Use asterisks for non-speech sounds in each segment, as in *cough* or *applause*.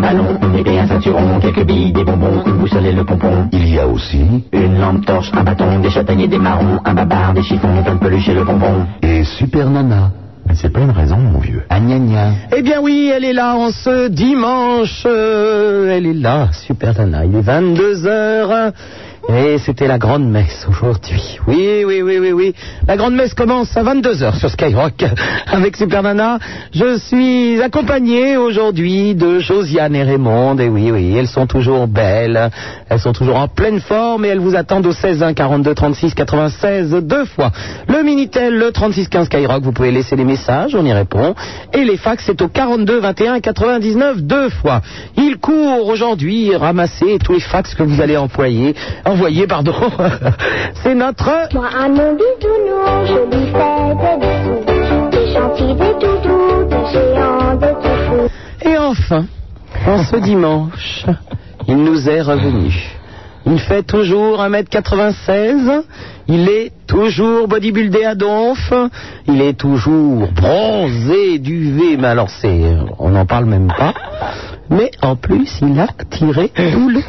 ballons, on épée, un ceinturon, quelques billes, des bonbons, une boussole et le pompon. Il y a aussi Une lampe torche, un bâton, des châtaigniers, des marrons, un babar, des chiffons, plein de peluche et le bonbon. et Super Nana. Mais c'est pas une raison, mon vieux. Ah, gna, gna. Eh bien oui, elle est là en ce dimanche. euh, Elle est là, super Nana. Il est 22 heures. Et c'était la grande messe aujourd'hui. Oui, oui, oui, oui, oui. La grande messe commence à 22 heures sur Skyrock *laughs* avec Super Nana. Je suis accompagné aujourd'hui de Josiane et Raymond. Et oui, oui, elles sont toujours belles. Elles sont toujours en pleine forme et elles vous attendent au 16 1 42 36 96 deux fois. Le Minitel, le 36 15 Skyrock, vous pouvez laisser des messages, on y répond. Et les fax, c'est au 42 21 99 deux fois. Il court aujourd'hui ramasser tous les fax que vous allez employer, envoyer, pardon. *laughs* c'est notre Moi un mon bisounours, je lui fais des bisous. Des gentils, des toutous, des géants, des toutous. Et enfin, en ce dimanche, il nous est revenu. Il fait toujours 1m96, il est toujours bodybuildé à donf, il est toujours bronzé, duvet, mais alors c'est, on n'en parle même pas. Mais en plus, il a tiré tout le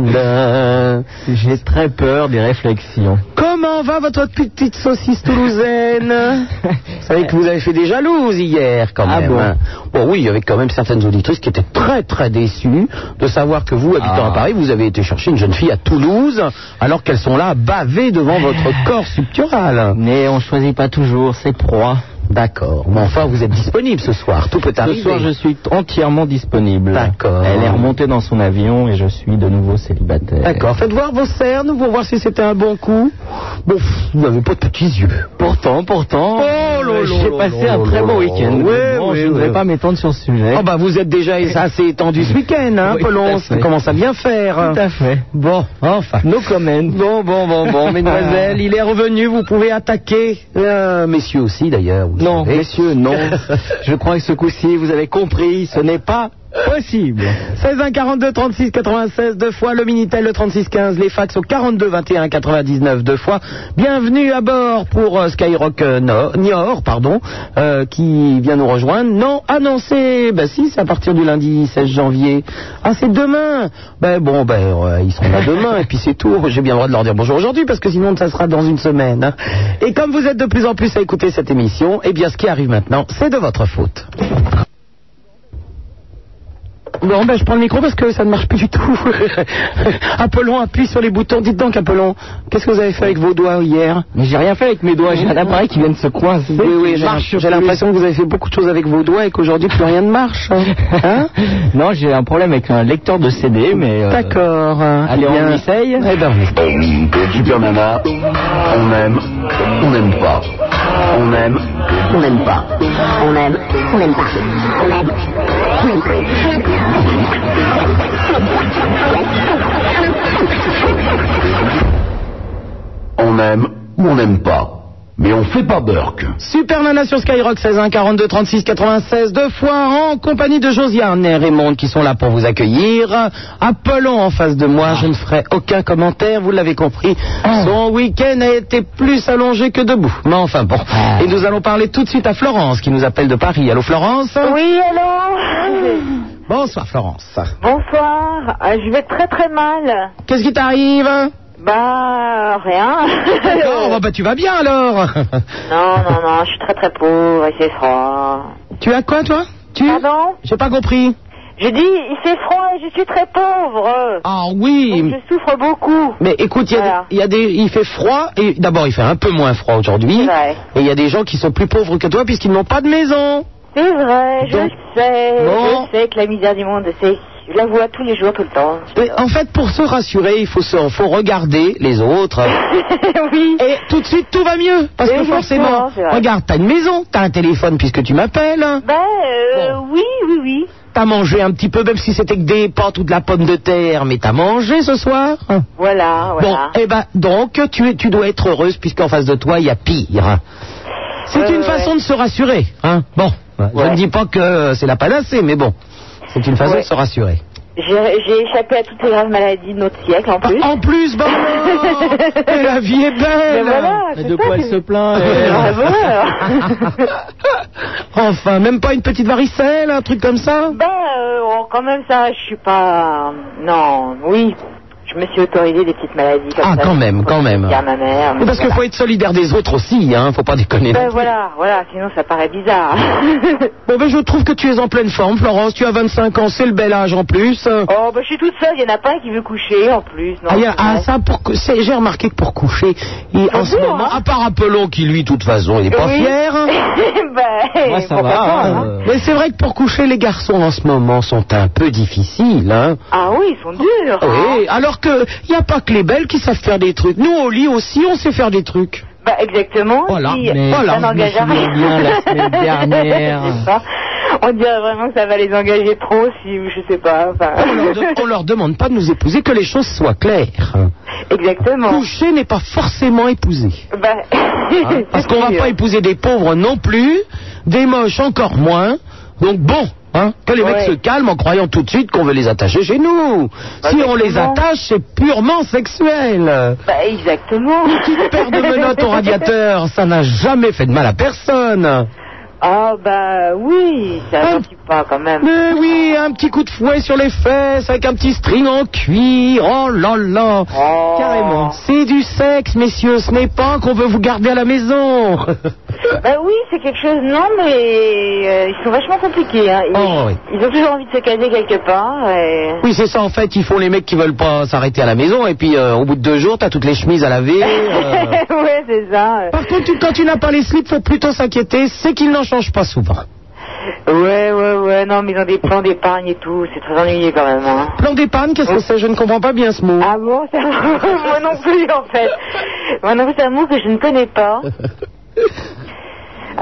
week-end. J'ai très peur des réflexions. Comment va votre petite saucisse toulousaine *laughs* Vous savez que vous avez fait des jalouses hier, quand Ah même. bon hein. bon oui, il y avait quand même certaines auditrices qui étaient très très déçues de savoir que vous, habitant Ah. à Paris, vous avez été chercher une jeune fille à Toulouse, alors qu'elles sont là bavées devant *laughs* votre corps subtural. Mais on choisit pas toujours ses proies. D'accord. Mais enfin, vous êtes disponible ce soir. Tout peut Ce arriver. soir, je suis entièrement disponible. D'accord. Elle est remontée dans son avion et je suis de nouveau célibataire. D'accord. Faites voir vos cernes pour voir si c'était un bon coup. Bon, pff, vous n'avez pas de petits yeux. Pourtant, pourtant, Oh, lolo, j'ai lolo, passé un lolo, très bon lolo. week-end. Oui, Vraiment, oui, je ne voudrais oui. pas m'étendre sur ce sujet. Oh bah vous êtes déjà assez étendu ce week-end, hein, Oui, Polon, tout à ça fait. commence à bien faire. hein Tout à fait. Bon, enfin. No comment. Bon, bon, bon, *laughs* bon, mesdemoiselles, il est revenu, vous pouvez attaquer. Euh, messieurs aussi, d'ailleurs. vous Non, savez. messieurs, non. *laughs* je crois que ce coup-ci, vous avez compris, ce n'est pas possible. 16 1 42 36 96 deux fois le minitel le 36 15 les fax au 42 21 99 deux fois bienvenue à bord pour euh, Skyrock euh, No- Niort pardon euh, qui vient nous rejoindre non annoncé bah si c'est à partir du lundi 16 janvier ah c'est demain ben bon ben euh, ils seront là demain et puis c'est tout j'ai bien le droit de leur dire bonjour aujourd'hui parce que sinon ça sera dans une semaine hein. et comme vous êtes de plus en plus à écouter cette émission eh bien ce qui arrive maintenant c'est de votre faute Bon, ben, je prends le micro parce que ça ne marche plus du tout. *laughs* Apollon, appuie sur les boutons. Dites donc, Apollon, qu'est-ce que vous avez fait avec vos doigts hier Mais j'ai rien fait avec mes doigts, j'ai un appareil qui vient de se coincer. Oui, oui, qui j'ai marche j'ai plus. l'impression que vous avez fait beaucoup de choses avec vos doigts et qu'aujourd'hui, plus rien ne marche. *laughs* Hein non, j'ai un problème avec un lecteur de CD, mais. euh, D'accord. Allez, Eh bien, on essaye. Eh ben, oui. Super Nana, on aime, on n'aime pas. On aime, on n'aime pas. On aime, on aime pas. On aime, on aime pas. On aime ou on n'aime pas. Mais on fait pas Burke. Super Nana sur Skyrock 16 1 42 36 96 deux fois en compagnie de Josiane et Raymond qui sont là pour vous accueillir. Apollon en face de moi, je ne ferai aucun commentaire, vous l'avez compris. Ah. Son week-end a été plus allongé que debout. Mais enfin bon. Ah. Et nous allons parler tout de suite à Florence qui nous appelle de Paris. Allô Florence Oui, allô Bonsoir Florence. Bonsoir, Euh, je vais très très mal. Qu'est-ce qui t'arrive Bah, rien. *laughs* D'accord, bon, bah tu vas bien alors. non, non, non, je suis très très pauvre, Oh, il fait froid. tu as quoi toi Tu Pardon J'ai pas compris. Je dis, il fait froid et je suis très pauvre. Ah oui. Donc, je souffre beaucoup. Mais écoute, il y a Voilà. des- il y a des, il fait froid et d'abord il fait un peu moins froid aujourd'hui. C'est vrai. Et il y a des gens qui sont plus pauvres que toi puisqu'ils n'ont pas de maison. C'est vrai, je Donc- sais. Bon. Je sais que la misère du monde, c'est. Je la vois tous les jours, tout le temps. Et en fait, pour se rassurer, il faut se, faut regarder les autres. *laughs* oui. Et tout de suite, tout va mieux parce que Exactement, forcément, c'est vrai. regarde, t'as une maison, t'as un téléphone puisque tu m'appelles, Ben, euh, oui, oui, oui. t'as mangé un petit peu même si c'était que des pâtes ou de la pomme de terre, mais t'as mangé ce soir. Voilà, voilà. Bon, eh ben donc tu es, tu dois être heureuse puisqu'en face de toi il y a pire. C'est Ouais, une ouais, façon ouais. de se rassurer, hein. Bon, je Ouais. ne dis pas que c'est la panacée, mais bon, c'est une façon Ouais. de se rassurer. J'ai j'ai échappé à toutes les graves maladies de notre siècle, en plus. Ah, En *laughs* plus, bon, et la vie est Mais belle. voilà, Mais c'est de ça quoi qui elle me- se plaint C'est elle un bonheur. *laughs* enfin, même pas une petite varicelle, un truc comme ça. *laughs* Ben, euh, non, quand même ça, je suis pas. Non, oui. Je me suis autorisé des petites maladies comme Ah, ça. quand même, quand même. Dire à ma mère. mais Parce qu'il voilà. faut être solidaire des autres aussi, hein, faut pas déconner. Ben voilà, voilà, sinon ça paraît *laughs* bizarre. Bon, ben je trouve que tu es en pleine forme, Florence. Tu as 25 ans, c'est le bel âge en plus. oh, ben je suis toute seule, il y en a pas un qui veut coucher en plus. Non, Ah, il y a- c'est ah, vrai. ça, pour cou- c'est- j'ai remarqué que pour coucher, il- en Ah ce bon, moment, hein à part Apollon qui lui, de toute façon, il est pas Oui. *laughs* fier. hein. ben, Moi, ça pourquoi va, pas, hein. hein. Mais c'est vrai que pour coucher, les garçons en ce moment sont un peu difficiles. Hein. Ah oui, ils sont durs. Oui, alors que il n'y a pas que les belles qui savent faire des trucs. Nous, au lit aussi, on sait faire des trucs. Bah exactement. Voilà, si, Oh, mais- voilà, ça je me n'engage à souviens rien. bien *laughs* la semaine dernière. Je sais pas. On dirait vraiment que ça va les engager trop si je sais pas. Enfin... On leur, de- on leur demande pas de nous épouser, que les choses soient claires. Exactement. Coucher n'est pas forcément épouser. Bah... Hein, Parce qu'on va pas épouser des pauvres non plus, des moches encore moins. Donc bon, hein, que les mecs Ouais. se calment en croyant tout de suite qu'on veut les attacher chez nous. si on les exactement. attache, c'est purement sexuel. *laughs* Bah exactement. Petite paire de menottes au radiateur, ça n'a jamais fait de mal à personne. Ah bah oui, ça Ah. ne pas quand même. Mais oui, un petit coup de fouet sur les fesses avec un petit string en cuir. Oh là là. Oh. Carrément. C'est du sexe, messieurs. Ce n'est pas qu'on veut vous garder à la maison. *laughs* Bah oui, c'est quelque chose, non, mais euh, ils sont vachement compliqués. Hein. Ils, Oh, oui. ils ont toujours envie de se caser quelque part. Et... Oui, c'est ça, en fait, ils font les mecs qui veulent pas s'arrêter à la maison, et puis euh, au bout de deux jours, t'as toutes les chemises *laughs* à laver. euh. ouais, c'est ça. Par contre, tu- quand tu n'as pas les slips, faut plutôt s'inquiéter, c'est qu'ils n'en changent pas souvent. Ouais, ouais, ouais, non, mais ils ont des plans d'épargne et tout, c'est très ennuyeux quand même. Hein. Plan d'épargne, qu'est-ce que c'est Je ne comprends pas bien ce mot. Ah bon, c'est un- *laughs* moi non plus en fait. Moi non plus, c'est un mot que je ne connais pas.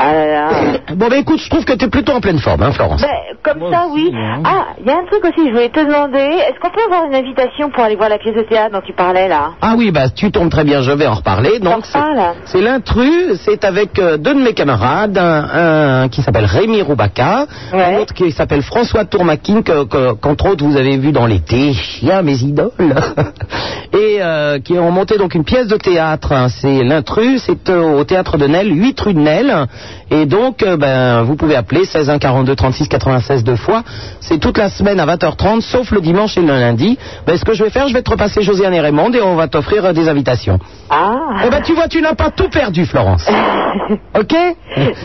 Ah là là. Bon, bah écoute, je trouve que t'es plutôt en pleine forme, hein, Florence. hein. Ben, comme ça, oui. Ah, il y a un truc aussi, je voulais te demander, est-ce qu'on peut avoir une invitation pour aller voir la pièce de théâtre dont tu parlais là Ah oui, bah tu tombes très bien, je vais en reparler. Donc, T'en c'est- parles c'est l'intrus, c'est avec euh, deux de mes camarades, un, un qui s'appelle Rémi Roubaca, Ouais. un autre qui s'appelle François Tourmaquin, que- que- qu'entre autres vous avez vu dans l'été, chien, mes idoles, *laughs* et euh, qui ont monté donc une pièce de théâtre. hein. C'est l'intrus, c'est euh, au théâtre de Nel, 8 rue de Nel, et donc euh, ben, vous pouvez appeler 16 1 42 36 96 deux fois. C'est toute la semaine à 20h30, sauf le dimanche et le lundi. Ben, ce que je vais faire, je vais te repasser Josiane et Raymond et on va t'offrir euh, des invitations. Ah Eh ben tu vois, tu n'as pas tout perdu, *laughs* Florence. *laughs* ok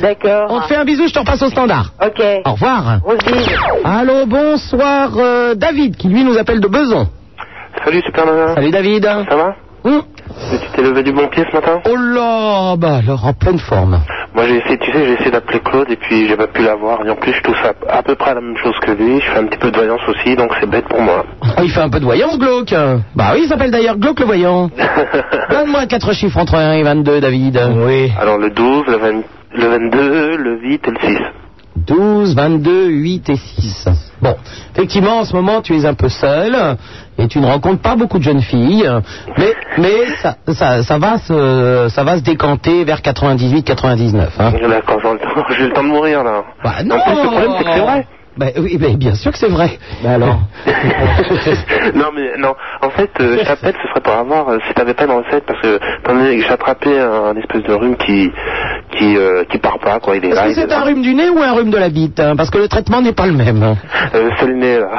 D'accord. On te fait un bisou, je te repasse au standard. Ok. Au revoir. Grosse bise. Allô, bonsoir euh, David, qui lui nous appelle de Beson. Salut Super Nana, Salut David. ça va Hum. Tu t'es levé du bon pied ce matin Oh là, bah alors en pleine forme. Moi j'ai essayé, tu sais, j'ai essayé d'appeler Claude et puis j'ai pas pu l'avoir. Et en plus je touche à, à peu près à la même chose que lui, je fais un petit peu de voyance aussi, donc c'est bête pour moi. Ah, il fait un peu de voyance, Glauque. Bah oui, il s'appelle d'ailleurs Glauque le voyant. Donne-moi quatre chiffres entre 1 et 22, David. Oui. Alors le 12, le, 20 le 22, le 8 et le 6. 12, 22, 8 et 6. Bon, effectivement, en ce moment, tu es un peu seul et tu ne rencontres pas beaucoup de jeunes filles, mais, mais ça, ça, ça va se, ça va se décanter vers 98, 99. Hein. Là, quand j'en- j'ai le temps *laughs* de mourir là. Bah En plus le problème c'est que c'est vrai. Bah oui, mais bien sûr que c'est vrai. Bah alors *laughs* non mais non, en fait euh, *laughs* je t'appelle ce serait pour avoir euh, si t'avais pas une recette parce que étant donné que j'ai attrapé un, un espèce de rhume qui qui euh, qui part pas quoi, il est là. Est-ce que il est c'est là. un rhume du nez ou un rhume de la bite hein Parce que le traitement n'est pas le même. Euh, c'est le nez là.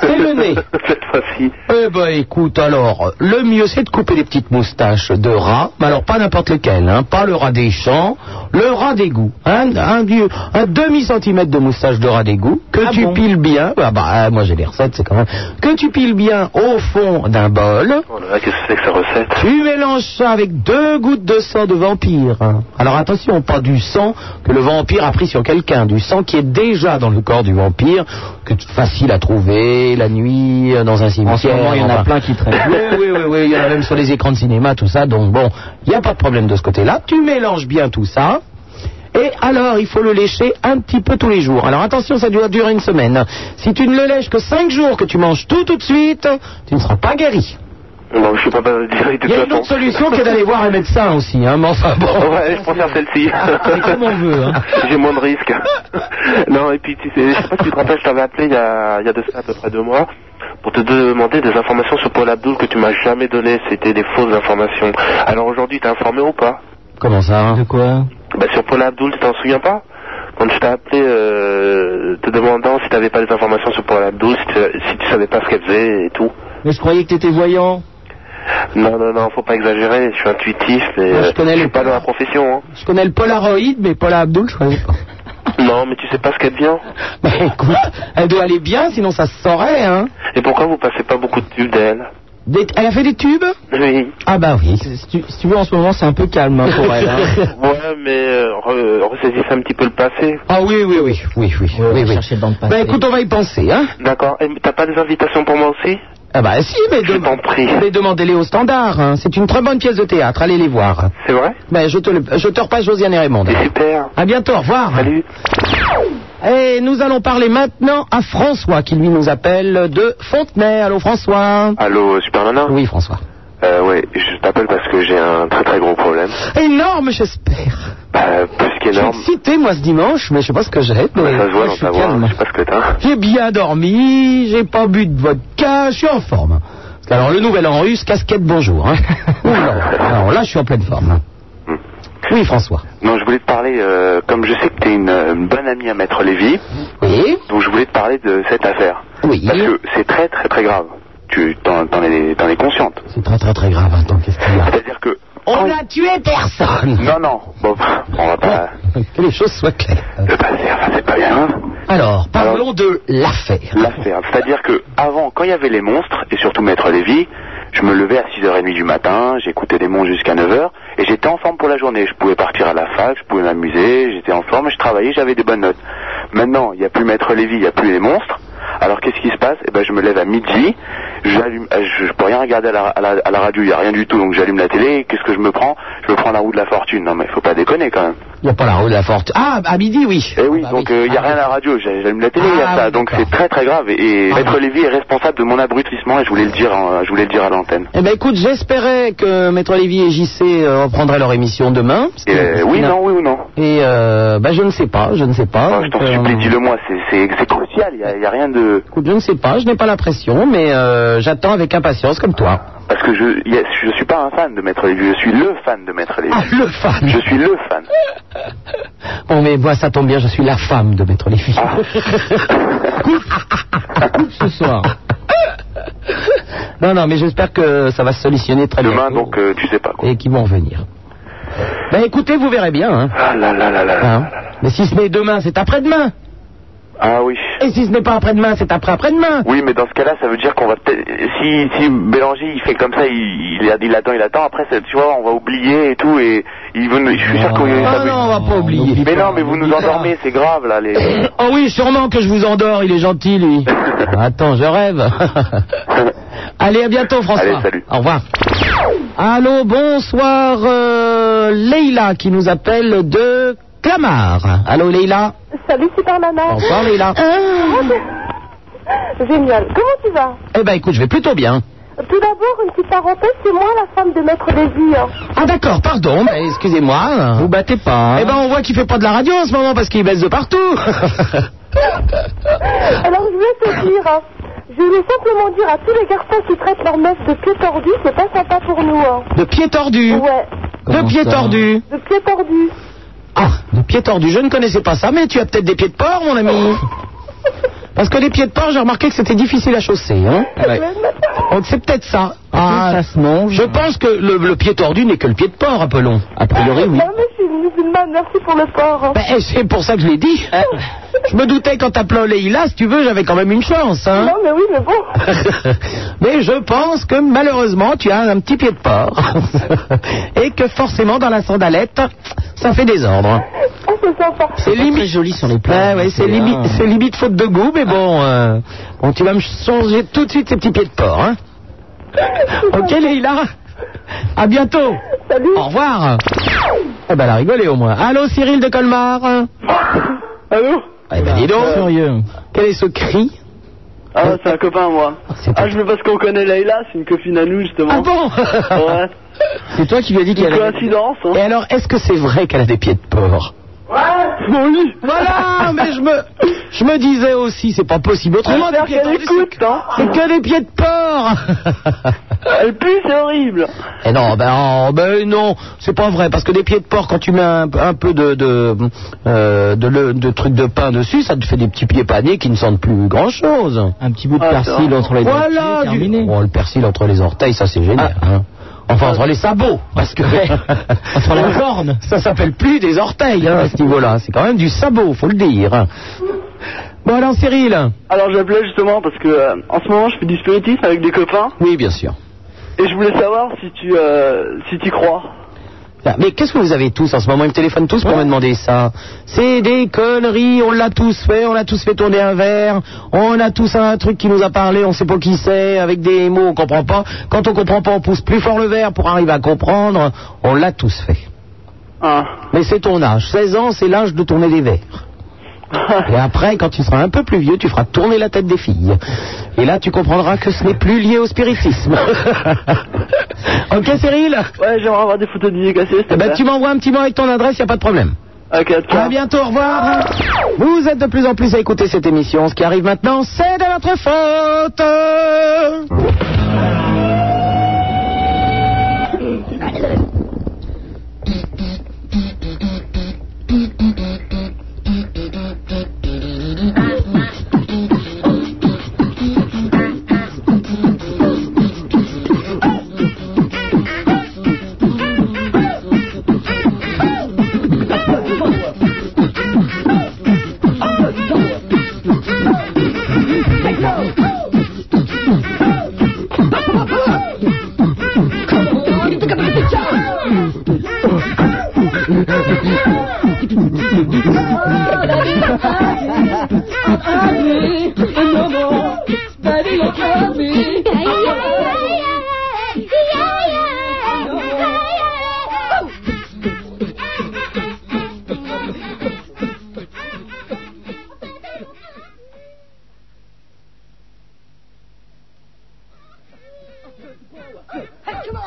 C'est le nez. *laughs* Cette fois-ci. Eh ben écoute, alors, le mieux c'est de couper les petites moustaches de rat, mais alors pas n'importe lequel, hein, pas le rat des champs, le rat d'égout, hein, un, du- un demi-centimètre de moustache de rat d'égout, que tu piles bien, bah, bah, ah, moi j'ai les recettes, c'est quand même, que tu piles bien au fond d'un bol, Oh là là, qu'est-ce que c'est que cette recette tu mélanges ça avec deux gouttes de sang de vampire. hein. Alors attention, pas du sang que le vampire a pris sur quelqu'un, du sang qui est déjà dans le corps du vampire, que t- facile à trouver la nuit, euh, dans un cimetière. En ce moment, il y en a enfin. plein qui traînent. Oui, oui, oui, oui, il y en a même sur les écrans de cinéma, tout ça, donc bon, il n'y a pas de problème de ce côté-là. Tu mélanges bien tout ça. Et alors, il faut le lécher un petit peu tous les jours. Alors attention, ça doit durer une semaine. Si tu ne le lèches que cinq jours, que tu manges tout tout de suite, tu ne seras pas guéri. Bon, je suis pas bien direct de Il y a toute une autre façon. solution qui est d'aller voir un médecin aussi, hein, mais enfin bon. Ouais, je préfère celle-ci. C'est comme on veut, hein. *laughs* J'ai moins de risques. *laughs* non, et puis tu sais, je sais pas si tu te rappelles, je t'avais appelé il y a, il y a de ça à peu près deux mois pour te demander des informations sur Paul Abdul que tu m'as jamais donné. C'était des fausses informations. Alors aujourd'hui, t'es informé ou pas Comment ça hein De quoi Bah sur Paul Abdul, tu t'en souviens pas quand je t'ai appelé euh, te demandant si tu n'avais pas des informations sur Paul Abdul, si tu, si tu savais pas ce qu'elle faisait et tout. Mais je croyais que t'étais voyant. Non, non, non, faut pas exagérer, je suis intuitif, mais Moi, je euh, connais suis le- pas dans la *laughs* profession. Hein. Je connais le Polaroid, mais Paula Abdul, je croyais pas. Non, mais tu sais pas ce qu'elle *laughs* vient. Bah écoute, elle doit aller bien, sinon ça se saurait, hein. Et pourquoi vous passez pas beaucoup de pubs d'elle Des- Elle a fait des tubes Oui. Ah bah oui. Si tu, si tu veux, en ce moment, c'est un peu calme hein, pour elle. hein. *laughs* Ouais, mais euh, re- ressaisissez un petit peu le passé. ah oui, oui, oui, oui, oui, on va oui, oui. chercher dans le passé. Bah écoute, on va y penser, hein. D'accord. Et T'as pas des invitations pour moi aussi Ah bah si, mais, Je de- t'en prie. mais demandez-les au standard. hein. C'est une très bonne pièce de théâtre, allez les voir. C'est vrai Bah je te, le- je te repasse Josiane et Raymond. C'est super. À bientôt, au revoir. Salut. Et nous allons parler maintenant à François, qui lui nous appelle de Fontenay. Allô François Allô, Super Nana Oui François. Euh, ouais, je t'appelle parce que j'ai un très très gros problème. Énorme, j'espère. Bah, plus Je suis qu'énorme. excité, moi, ce dimanche, mais je sais pas ce que j'ai. mais Ça se voit moi, Euh, je dans suis ta voix, hein. calme. je sais pas ce que t'as. J'ai bien dormi, j'ai pas bu de vodka, je suis en forme. Parce que, Alors, le nouvel an russe, casquette, bonjour. *laughs* hein. Ouh là, alors là, je suis en pleine forme. Hmm. Oui, François. Non, je voulais te parler, euh, comme je sais que tu es une, euh, une bonne amie à Maître Lévy, Oui, donc je voulais te parler de cette affaire. oui. Parce que c'est très très très grave. Tu t'en t'en es, t'en es consciente. C'est très très très grave, attends, qu'est-ce qu'il y a C'est-à-dire que... On n'a tué personne Non, non, bon, *laughs* on va pas... Que Ah, les choses soient claires. Le passé, enfin, c'est pas bien. hein. Alors, parlons de l'affaire. L'affaire. C'est-à-dire que avant, quand il y avait les monstres, et surtout Maître Lévy, je me levais à 6h30 du matin, j'écoutais les monstres jusqu'à 9h, et j'étais en forme pour la journée. Je pouvais partir à la fac, je pouvais m'amuser, j'étais en forme, je travaillais, j'avais des bonnes notes. Maintenant, il n'y a plus Maître Lévy, il n'y a plus les monstres. Alors qu'est-ce qui se passe Eh ben, je me lève à midi, j'allume, euh, je, je peux rien regarder à la, à la- à la radio, il n'y a rien du tout, donc j'allume la télé, et qu'est-ce que je me prends Je me prends la roue de la fortune. Non mais faut pas déconner quand même. Il n'y a pas la rue de la forte. Ah, à midi, oui. Eh oui, Ah bah donc euh, il n'y a rien à la radio, j'ai- j'allume la télé, il y a Ah, ça, oui, donc d'accord. c'est très très grave. Et, et Ah, Maître oui. Lévy est responsable de mon abrutissement et je voulais le dire, en- je voulais le dire à l'antenne. Eh ben écoute, j'espérais que Maître Lévy et JC euh, reprendraient leur émission demain. parce que- Et, euh, oui, non, oui ou non Et euh, bah, je ne sais pas, je ne sais pas. Ah, Je donc, t'en euh, supplie, dis-le-moi, c'est- c'est c'est crucial, il n'y a, il y a rien de... écoute, je ne sais pas, je n'ai pas la pression, mais euh, j'attends avec impatience comme toi. Parce que je il y a- je suis pas un fan de Maître Lévy, je suis le fan de Maître Lévy. Ah, le fan Oh. Je suis le fan. Bon, Oh, mais moi, ça tombe bien, je suis la femme de Maître Lévy. Ah. *laughs* Coupe ce soir. non, non, mais j'espère que ça va se solutionner très Demain, bientôt. donc, euh, tu sais pas quoi. Et qu'ils vont venir. Ben écoutez, vous verrez bien. Hein. Ah là là là là là. Hein. Mais si ce n'est demain, c'est après-demain. Ah oui. Et si ce n'est pas après-demain, c'est après-après-demain. Oui, mais dans ce cas-là, ça veut dire qu'on va peut-être... Si, si Bélanger, il fait comme ça, il, il, il attend, il attend, après, ça- tu vois, on va oublier et tout, et il veut... nous- Je suis sûr qu'on... Ah non, on va pas oublier. Mais non, mais vous nous endormez, c'est grave là. *coughs* Les... Oh oui, sûrement que je vous endors, il est gentil, *laughs* lui. Attends, je rêve. Allez, à bientôt, François. Allez, salut. Au revoir. Allô, bonsoir, euh, Leïla qui nous appelle de Clamart. Allô, Leïla. Salut Super Nana. Bonsoir, Leïla. Euh. Génial. Comment tu vas Eh ben, écoute, je vais plutôt bien. Tout d'abord, une petite parenthèse, c'est moi la femme de Maître Lévy. *laughs* hein. Ah d'accord, pardon, mais excusez-moi. Vous battez pas. Eh ben, on voit qu'il fait pas de la radio en ce moment parce qu'il baisse de *laughs* partout. Alors, je voulais te dire, hein, je voulais simplement dire à tous les garçons qui traitent leur meuf de pied tordu, c'est pas sympa pour nous. hein. de pied tordu. Ouais, de pied tordu. de pied tordu. Ah, des pieds tordus, je ne connaissais pas ça, mais tu as peut-être des pieds de porc, mon ami. Parce que les pieds de porc, j'ai remarqué que c'était difficile à chausser. Hein Donc c'est peut-être ça. Ah, ça se mange. Je pense que le, le pied tordu n'est que le pied de porc, appelons. A priori, oui. Non, mais je suis musulmane, merci pour le porc. hein. Ben, eh, c'est pour ça que je l'ai dit. Je me doutais quand t'appelais Leïla, si tu veux, j'avais quand même une chance. Hein. Non, mais oui, mais bon. *laughs* Mais je pense que malheureusement, tu as un petit pied de porc. *laughs* Et que forcément, dans la sandalette, ça fait désordre. Ah, c'est sympa. C'est limite joli sur les plats. Ouais, ouais, c'est limite, c'est limite faute de goût, mais bon, euh, bon, tu vas me changer tout de suite ces petits pieds de porc, hein. ok, Leïla. À bientôt. Salut. Au revoir. Eh ben, elle a rigolé au moins. Allô, Cyril de Colmar. Allô Eh ben, dis donc. Quel est ce cri Ah, c'est un copain, moi. c'est Ah, je veux parce qu'on connaît Layla, c'est une copine à nous, Ah *laughs* justement. bon Ouais. C'est toi qui lui as dit Une coïncidence, hein. Et alors, est-ce que c'est vrai qu'elle a des pieds de porc Oui Voilà, mais je me, je me disais aussi, c'est pas possible autrement. des J'espère pieds qu'elle tordus, c'est- écoute, hein. *laughs* C'est que des pieds de porc Elle pue, c'est horrible. Eh non, ben, oh, ben non, c'est pas vrai, parce que des pieds de porc, quand tu mets un, un peu de de, euh, de, le- de truc de pain dessus, ça te fait des petits pieds panés qui ne sentent plus grand chose. Un petit bout de Ah, persil ça. entre les deux. Voilà, pieds, du- terminé. Ah. Bon, le persil entre les orteils, ça c'est génial. hein. Enfin, entre les sabots, parce que *laughs* Entre la corne. ça s'appelle plus des orteils hein, à ce niveau-là. C'est quand même du sabot, faut le dire. hein. Bon alors Cyril. Alors j'appelais justement parce que euh, en ce moment je fais du spiritisme avec des copains Oui, bien sûr. et je voulais savoir si tu euh, si tu crois. Ah, Mais qu'est-ce que vous avez tous en ce moment Ils me téléphonent tous pour me demander ça. C'est des conneries, on l'a tous fait, on l'a tous fait tourner un verre, on a tous un truc qui nous a parlé, on sait pas qui c'est, avec des mots on comprend pas. Quand on comprend pas, on pousse plus fort le verre pour arriver à comprendre. On l'a tous fait. Hein. Ah. Mais c'est ton âge. 16 ans, c'est l'âge de tourner des *laughs* verres. Et après, quand tu seras un peu plus vieux, tu feras tourner la tête des filles. Et là, tu comprendras que ce n'est plus lié *laughs* au spiritisme. ok, Cyril Ouais, j'aimerais avoir des photos dédicacées. s'il te Eh ben, plaît. Tu m'envoies un petit mot avec ton adresse, il a pas de problème. Ok, À ciao. bientôt, au revoir. Vous êtes de plus en plus à écouter cette émission. Ce qui arrive maintenant, c'est de notre faute.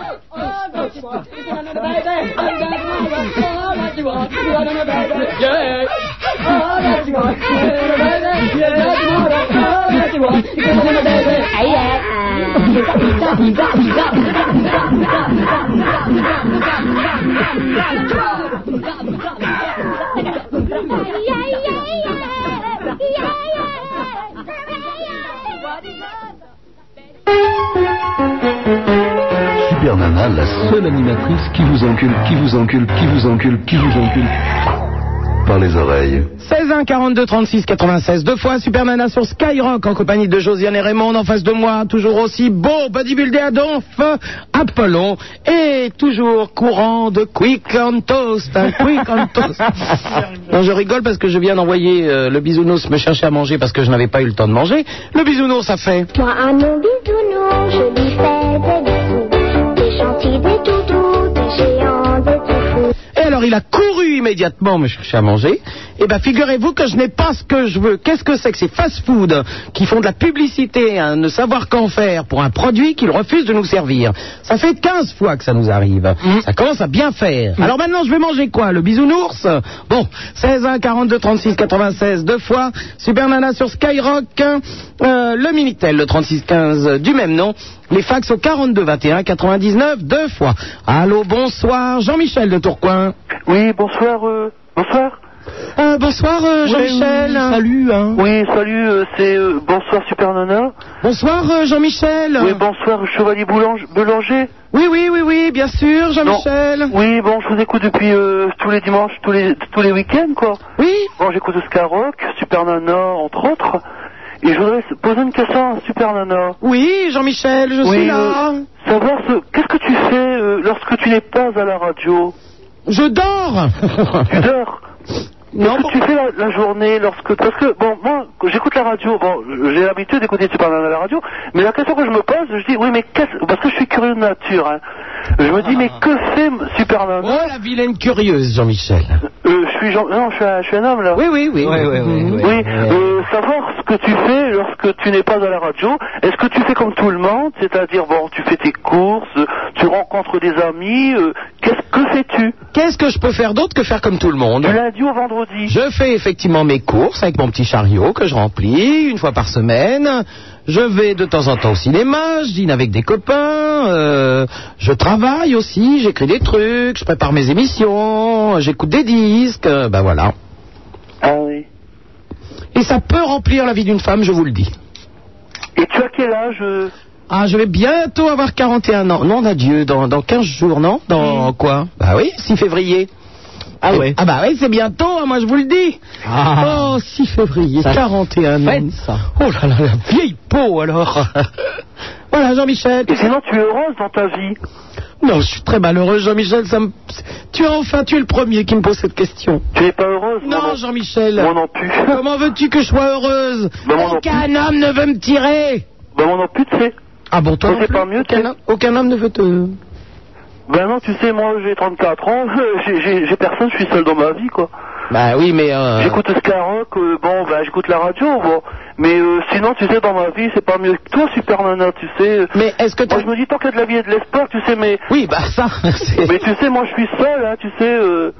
Oh, Super Nana, la seule animatrice qui vous encule, qui vous encule, qui vous encule, qui vous encule. Par les oreilles. 16 1 42 36 96 deux fois Super Nana sur Skyrock en compagnie de Josiane et Raymond en face de moi toujours aussi beau bodybuildé à donf Apollon et toujours courant de Quick and Toast hein, Quick and Toast non je rigole parce que je viens d'envoyer euh, le bisounours me chercher à manger parce que je n'avais pas eu le temps de manger le bisounours ça fait Moi à mon bisounours, je lui fais des bisous, des gentils, des toutous, des géants, des toutous. Et alors il a couru immédiatement me chercher à manger. Et bien figurez-vous que je n'ai pas ce que je veux. Qu'est-ce que c'est que ces fast-food qui font de la publicité à ne savoir qu'en faire pour un produit qu'ils refusent de nous servir Ça fait 15 fois que ça nous arrive. Ça commence à bien faire. Alors maintenant je vais manger quoi Le bisounours Bon, 16 1 42 36 96 deux fois. Super Nana sur Skyrock. Euh, le Minitel, le 36 15 du même nom. Les fax au 42 21 99 deux fois. Allô, bonsoir, Jean-Michel de Tourcoing. Oui, bonsoir. euh, bonsoir. Euh, bonsoir euh, Jean-Michel. Salut, hein. Oui, salut, euh, c'est euh, bonsoir Super Nana. Bonsoir euh, Jean-Michel. Oui, bonsoir Chevalier Boulange- Boulanger. oui, oui, oui, oui, bien sûr Non. Jean-Michel. Oui, bon, je vous écoute depuis euh, tous les dimanches, tous les tous les week-ends, quoi. Oui. Bon, j'écoute Skyrock, Super Nana, entre autres. Et je voudrais poser une question à Super Nana. Oui, Jean-Michel, je suis là. euh, savoir ce, qu'est-ce que tu fais euh, lorsque tu n'es pas à la radio Je dors. Tu dors non, Qu'est-ce que tu fais la, la journée lorsque parce que bon moi quand j'écoute la radio bon j'ai l'habitude d'écouter Super Nana à la radio mais la question que je me pose je dis oui mais qu'est-ce parce que je suis curieux de nature hein. je me dis mais que fait Super Nana Ah. Oh la vilaine curieuse Jean-Michel. Euh, je suis Jean- non je suis, un, je suis un homme là Oui, oui, oui. Ouais, ouais, ouais, ouais. Oui, euh, savoir ce que tu fais lorsque tu n'es pas à la radio. Est-ce que tu fais comme tout le monde, c'est-à-dire bon, tu fais tes courses, tu rencontres des amis, euh, qu'est-ce que fais-tu Qu'est-ce que je peux faire d'autre que faire comme tout le monde Du lundi au vendredi Je fais effectivement mes courses avec mon petit chariot que je remplis une fois par semaine. Je vais de temps en temps au cinéma, je dîne avec des copains, euh, je travaille aussi, j'écris des trucs, je prépare mes émissions, j'écoute des disques, euh, ben voilà. Ah oui. Et ça peut remplir la vie d'une femme, je vous le dis. Et tu as quel âge euh Ah, je vais bientôt avoir 41 ans. Non, adieu, dans, dans 15 jours, non Hmm. Dans quoi Bah oui, 6 février. Ah ouais Ah bah oui, c'est bientôt, hein, moi je vous le dis. Ah. Oh, 6 février, 41 ans. Oh là là, la vieille peau alors. *laughs* voilà, Jean-Michel. Et sinon, tu es heureuse dans ta vie Non, je suis très malheureux, Jean-Michel. ça me- Tu es enfin, tu es le premier qui me pose cette question. Tu n'es pas heureuse Non, Jean-Michel. Moi non plus. *laughs* Comment veux-tu que je sois heureuse Bah, moi non Aucun homme ne veut me tirer. Ben moi non plus, tu sais. Ah bon, toi Oh, non c'est plus pas mieux, aucun, t'es- homme- aucun homme ne veut te... Ben non, tu sais, moi j'ai 34 ans, *laughs* j'ai- j'ai j'ai personne, je suis seul dans ma vie, quoi. Bah oui, mais... euh, J'écoute Skyrock, euh, bon, ben j'écoute la radio, bon. Mais euh, sinon, tu sais, dans ma vie, c'est pas mieux que toi, Super Nana, tu sais. euh, Mais est-ce que Moi, t'as... je me dis, tant qu'il y a de la vie et de l'espoir, tu sais, mais... Oui, bah ça, *laughs* c'est... Mais tu sais, moi, je suis seul, hein, tu sais... euh,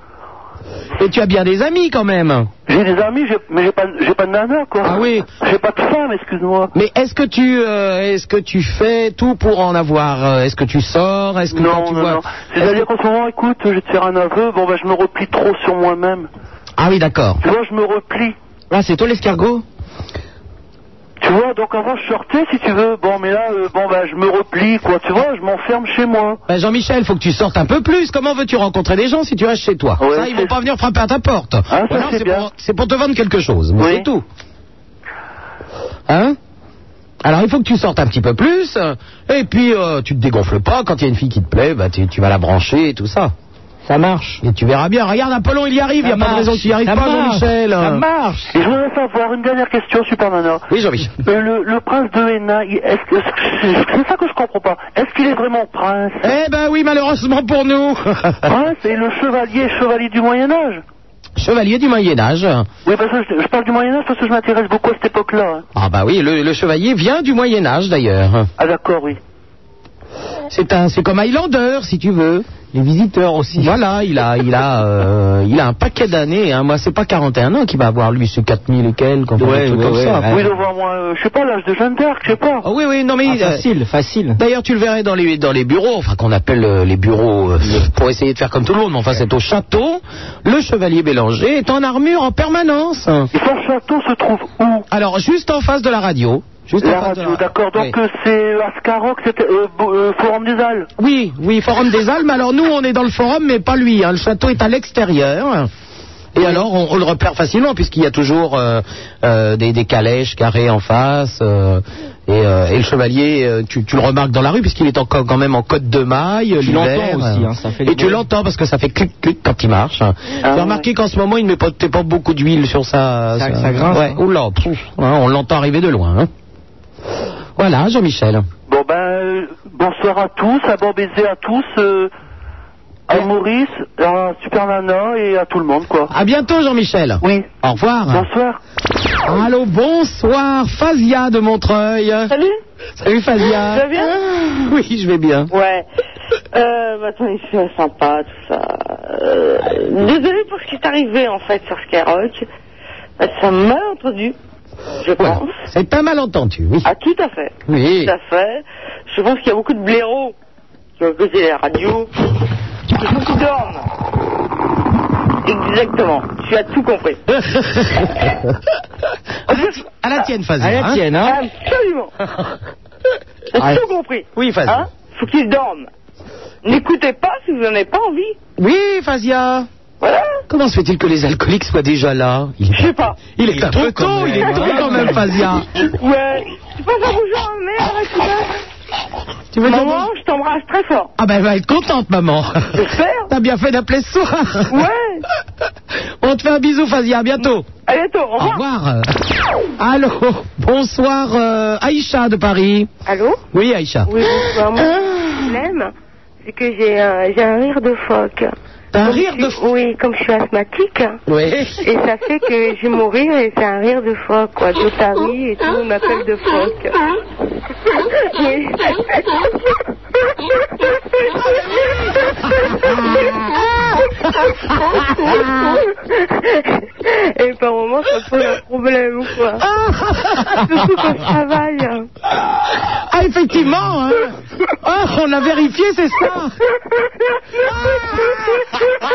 Et tu as bien des amis quand même. J'ai des amis, j'ai- mais j'ai pas, j'ai pas de nana, quoi. Ah oui. J'ai pas de femme, Ah, excuse-moi. Mais est-ce que tu euh, est-ce que tu fais tout pour en avoir euh, Est-ce que tu sors Est-ce que quand Non, tu non, vois non. C'est-à-dire qu'en ce moment, écoute, je vais te faire un aveu, bon, bah, je me replie trop sur moi-même. Ah oui, d'accord. Tu vois, je me replie. Ah, c'est toi l'escargot Tu vois, donc avant, je sortais, si tu veux. Bon, mais là, euh, bon, bah, je me replie, quoi. Tu vois, je m'enferme chez moi. ben Jean-Michel, faut que tu sortes un peu plus. Comment veux-tu rencontrer des gens si tu restes chez toi Ouais, Ça, c'est- ils Ah, vont pas venir frapper à ta porte. Ou ça, alors, c'est c'est bien. pour, c'est pour te vendre quelque chose. Mais Oui. C'est tout. Hein Alors, il faut que tu sortes un petit peu plus. euh, Et puis, euh, tu te dégonfles pas. Quand il y a une fille qui te plaît, bah, tu, tu vas la brancher et tout ça. Ça marche. Et tu verras bien. Regarde, Apollon, il y arrive. Il n'y a pas de raison qu'il n'y arrive Ça pas, marche. Jean-Michel. Ça Euh, marche. Et je voudrais savoir une dernière question, Super Nana. Oui, Jean-Michel. Euh, le, le prince de Hénin, il- est-ce que c'est ça que je comprends pas Est-ce qu'il est vraiment prince Eh ben oui, malheureusement pour nous. *laughs* Prince et le chevalier, chevalier du Moyen Âge. Chevalier du Moyen-Âge. Oui, parce que je, je parle du Moyen Âge parce que je m'intéresse beaucoup à cette époque-là. hein. Ah bah oui, le, le chevalier vient du Moyen-Âge d'ailleurs. Ah d'accord, oui. C'est un, c'est comme Highlander, si tu veux. Les visiteurs aussi. Voilà, il a, il a, euh, il a un paquet d'années. Hein. Moi, c'est pas 41 ans qu'il va avoir, lui, c'est 4000 et quelques. enfin, Ouais, des trucs ouais, comme ouais, ça. hein. ouais. Oui, devant moi, euh, je sais pas, l'âge de Jeanne d'Arc, je sais pas. Ah oui, oui, non mais... Ah, euh, facile, facile. D'ailleurs, tu le verrais dans les, dans les bureaux, enfin qu'on appelle euh, les bureaux euh, pour essayer de faire comme tout le monde, mais enfin c'est au château. Le chevalier Bélanger est en armure en permanence. Et son château se trouve où Alors, juste en face de la radio. Juste en La face de radio, d'accord. Oui. Donc euh, c'est Ascaroc, c'était euh, Bo- euh, Forum des Halles. Oui, oui, Forum des Alpes. Alors nous, on est dans le forum, mais pas lui. hein. Le château est à l'extérieur. Et alors, on, on le repère facilement, puisqu'il y a toujours euh, euh, des, des calèches carrées en face. euh, et, euh, et le chevalier, euh, tu, tu le remarques dans la rue, puisqu'il est encore quand même en côte de maille. euh, Tu l'entends l'hiver. aussi, hein, ça fait Ah. le Et tu bruit. l'entends parce que ça fait clic clic quand il marche. ouais. tu as remarqué qu'en ce moment, il ne met pas, t'es pas beaucoup d'huile sur sa. Ça- sa- ça grince, Ouais. hein. Oula, pff, hein, on l'entend arriver de loin. hein. Voilà, Jean-Michel. Bon ben, euh, bonsoir à tous, à bon baiser à tous, euh, à Maurice, à Super Nana et à tout le monde, quoi. À bientôt, Jean-Michel. Oui. Au revoir. Bonsoir. Allô, bonsoir, Fazia de Montreuil. Salut Salut Fazia. Tu vas bien Ah, Oui, je vais bien. Ouais. Euh, bah, attends, il fait sympa, tout ça. Euh, désolé pour ce qui est arrivé, en fait, sur Skyrock. Bah, ça m'a mal entendu, je Voilà. pense. C'est un malentendu, oui. Ah, tout à fait. Oui. Tout à fait. Je pense qu'il y a beaucoup de blaireaux qui ont écouté la radio. Il faut qu'ils dorment. Exactement. Tu as tout *laughs* compris. *laughs* à, la ti- à la tienne, Fazia. À la hein. tienne, hein Absolument. Tu as Ouais. tout compris. Oui, Fazia. Hein Faut qu'ils dorment. N'écoutez pas si vous n'en avez pas envie. Oui, Fazia. Voilà. Comment se fait-il que les alcooliques soient déjà là il Je sais pas. il est un peu tôt, il est tôt quand même, Fazia. Ouais. Tu passes un bonjour à ma mère, là, tout ça Tu veux Maman, dire- je t'embrasse très fort. Ah ben, elle va être contente, maman. J'espère. *laughs* T'as bien fait d'appeler ce soir. Ouais. *laughs* On te fait un bisou, Fazia. À bientôt. À bientôt. Au Au revoir. revoir. Allô, bonsoir euh, Aïcha de Paris. Allô Oui Aïcha. Oui, bonsoir. Moi, le problème, c'est que j'ai un, j'ai un rire de phoque. T'as un Comme rire je de suis- fou. Oui, comme je suis asthmatique. Oui. Et ça fait que je vais mourir et c'est un rire de phoque, quoi. D'Otari et tout, on m'appelle de phoque. Oui. Et par moments, ça pose un problème ou *laughs* quoi. Surtout quand Ah, je travaille. Ah, effectivement hein. Ah, On a vérifié, c'est *laughs* ça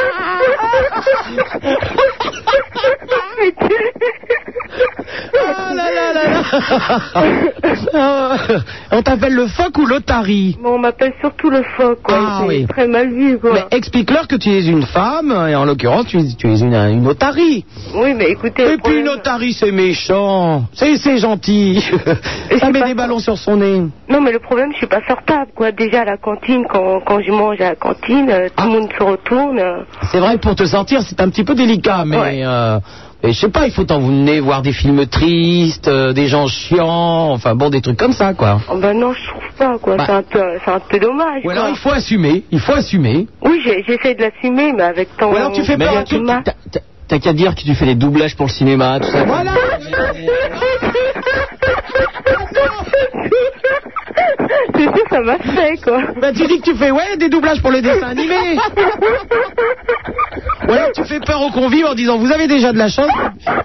Ah là là là là Ah, On t'appelle le phoque ou l'otari Bon, on m'appelle surtout le phoque, quoi. Ah C'est oui. très mal vu, quoi. Mais explique-leur que tu es une femme, et en l'occurrence, tu, tu es une, une otarie. Oui, mais écoutez. Et puis une otarie, c'est méchant. C'est c'est gentil. *laughs* Ça met des ballons sur son nez. Non, mais le problème, je suis pas sortable, quoi. Déjà à la cantine, quand, quand je mange à la cantine, euh, tout le monde se retourne. euh. C'est vrai que pour te sortir, c'est un petit peu délicat, mais euh, mais je sais pas, il faut t'emmener voir des films tristes, euh, des gens chiants, enfin bon, des trucs comme ça, quoi. Oh, ben non, je trouve pas, quoi. C'est un peu, c'est un peu dommage. Ou alors quoi. il faut assumer, il faut assumer. Oui, j'ai- j'essaie de l'assumer, mais avec tant. hein. Ou alors tu fais mais peur il y a à tout- du mal. T'as qu'à dire que tu fais les doublages pour le cinéma, tout ça. *laughs* Voilà C'est sûr, ça m'a fait, quoi. Bah, tu dis que tu fais, ouais, des doublages pour les dessins animés. Ou alors tu fais peur aux convives en disant, vous avez déjà de la chance,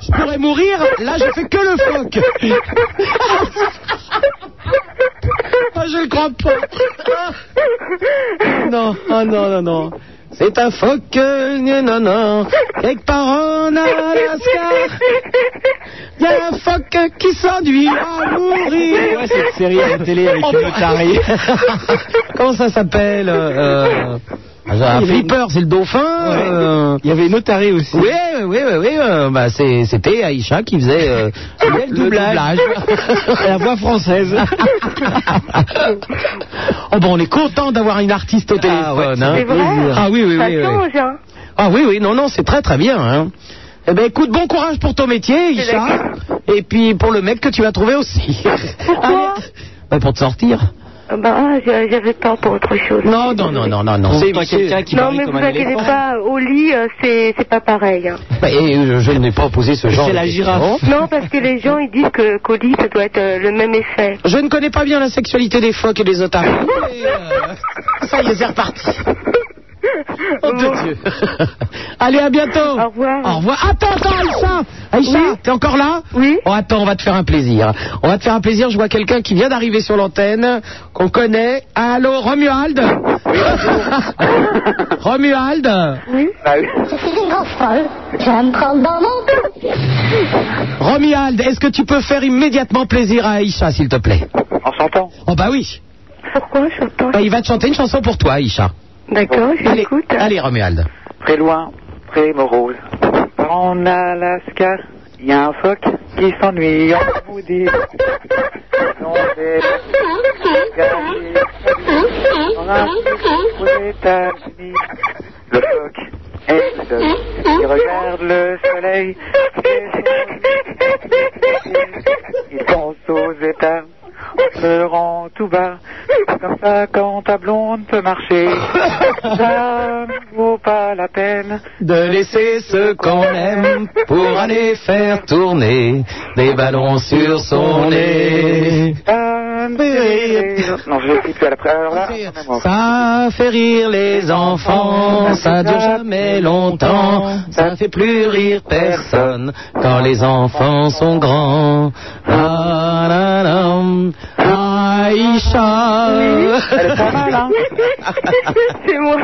je pourrais mourir, là je fais que le phoque. Ah, je le crois pas. Ah. Non, ah, non, non, non. C'est un phoque, euh, gna, non, non. Quelque part en Alaska, il y a un phoque qui s'ennuie à mourir. Ouais, cette série à la télé avec le taré. *laughs* Comment ça s'appelle euh, euh, Un flipper, c'est le dauphin. euh. Il y avait une otarie aussi. Oui, oui, oui, oui. oui, euh, bah, c'est- C'était Aïcha qui faisait euh, *laughs* le *laughs* doublage. la voix française. *laughs* oh, bon, on est content d'avoir une artiste au téléphone. hein. C'est vrai ah oui, oui, Ça oui. oui. change, hein. Ah oui, oui, non, non, c'est très très bien. Hein. Eh ben écoute, bon courage pour ton métier, Isha. Et puis pour le mec que tu vas trouver aussi. Pourquoi Pour te sortir. Ah, Ben, ah, j'a- j'avais peur pour autre chose. Non, non, non, non, non, non. C'est pas quelqu'un non, mais vous inquiétez pas, au lit, euh, c'est c'est pas pareil. hein. Et euh, je n'ai pas posé ce genre C'est de la questions. girafe. Non, parce que les gens, ils disent que qu'au lit, ça doit être euh, le même effet. Je ne connais pas bien la sexualité des phoques et des otaries. mais, euh, ça y est, c'est reparti. Oh de Dieu. Allez, à bientôt. Au revoir. Au revoir. Attends, attends, Aïcha. Aïcha, t'es encore là Oui. Oh, attends, on va te faire un plaisir. On va te faire un plaisir. Je vois quelqu'un qui vient d'arriver sur l'antenne, qu'on connaît. Allô, Romuald *laughs* Romuald Oui. Je suis une grosse folle. Je vais me prendre dans mon cou. Romuald, est-ce que tu peux faire immédiatement plaisir à Aïcha, s'il te plaît On s'entend Oh, bah oui. Pourquoi je t'entends Bah, il va te chanter une chanson pour toi, Aïcha. D'accord, j'écoute. Allez, Romuald. Très loin, très morose. En Alaska, il y a un phoque qui s'ennuie. On vous dit. Non, c'est On a un phoque aux États-Unis. Le phoque est le Il regarde le soleil. Il pense aux états. On se rend tout bas. C'est Comme ça, quand ta blonde peut marcher, ça ne vaut pas la peine. De laisser ce qu'on aime pour aller faire tourner des ballons sur son nez. Non, je vais plus à la Alors là, Ça fait rire les enfants, ça dure jamais longtemps, ça fait plus rire personne quand les enfants sont grands. Ah, La, la, la, Aïcha. *laughs* C'est moi.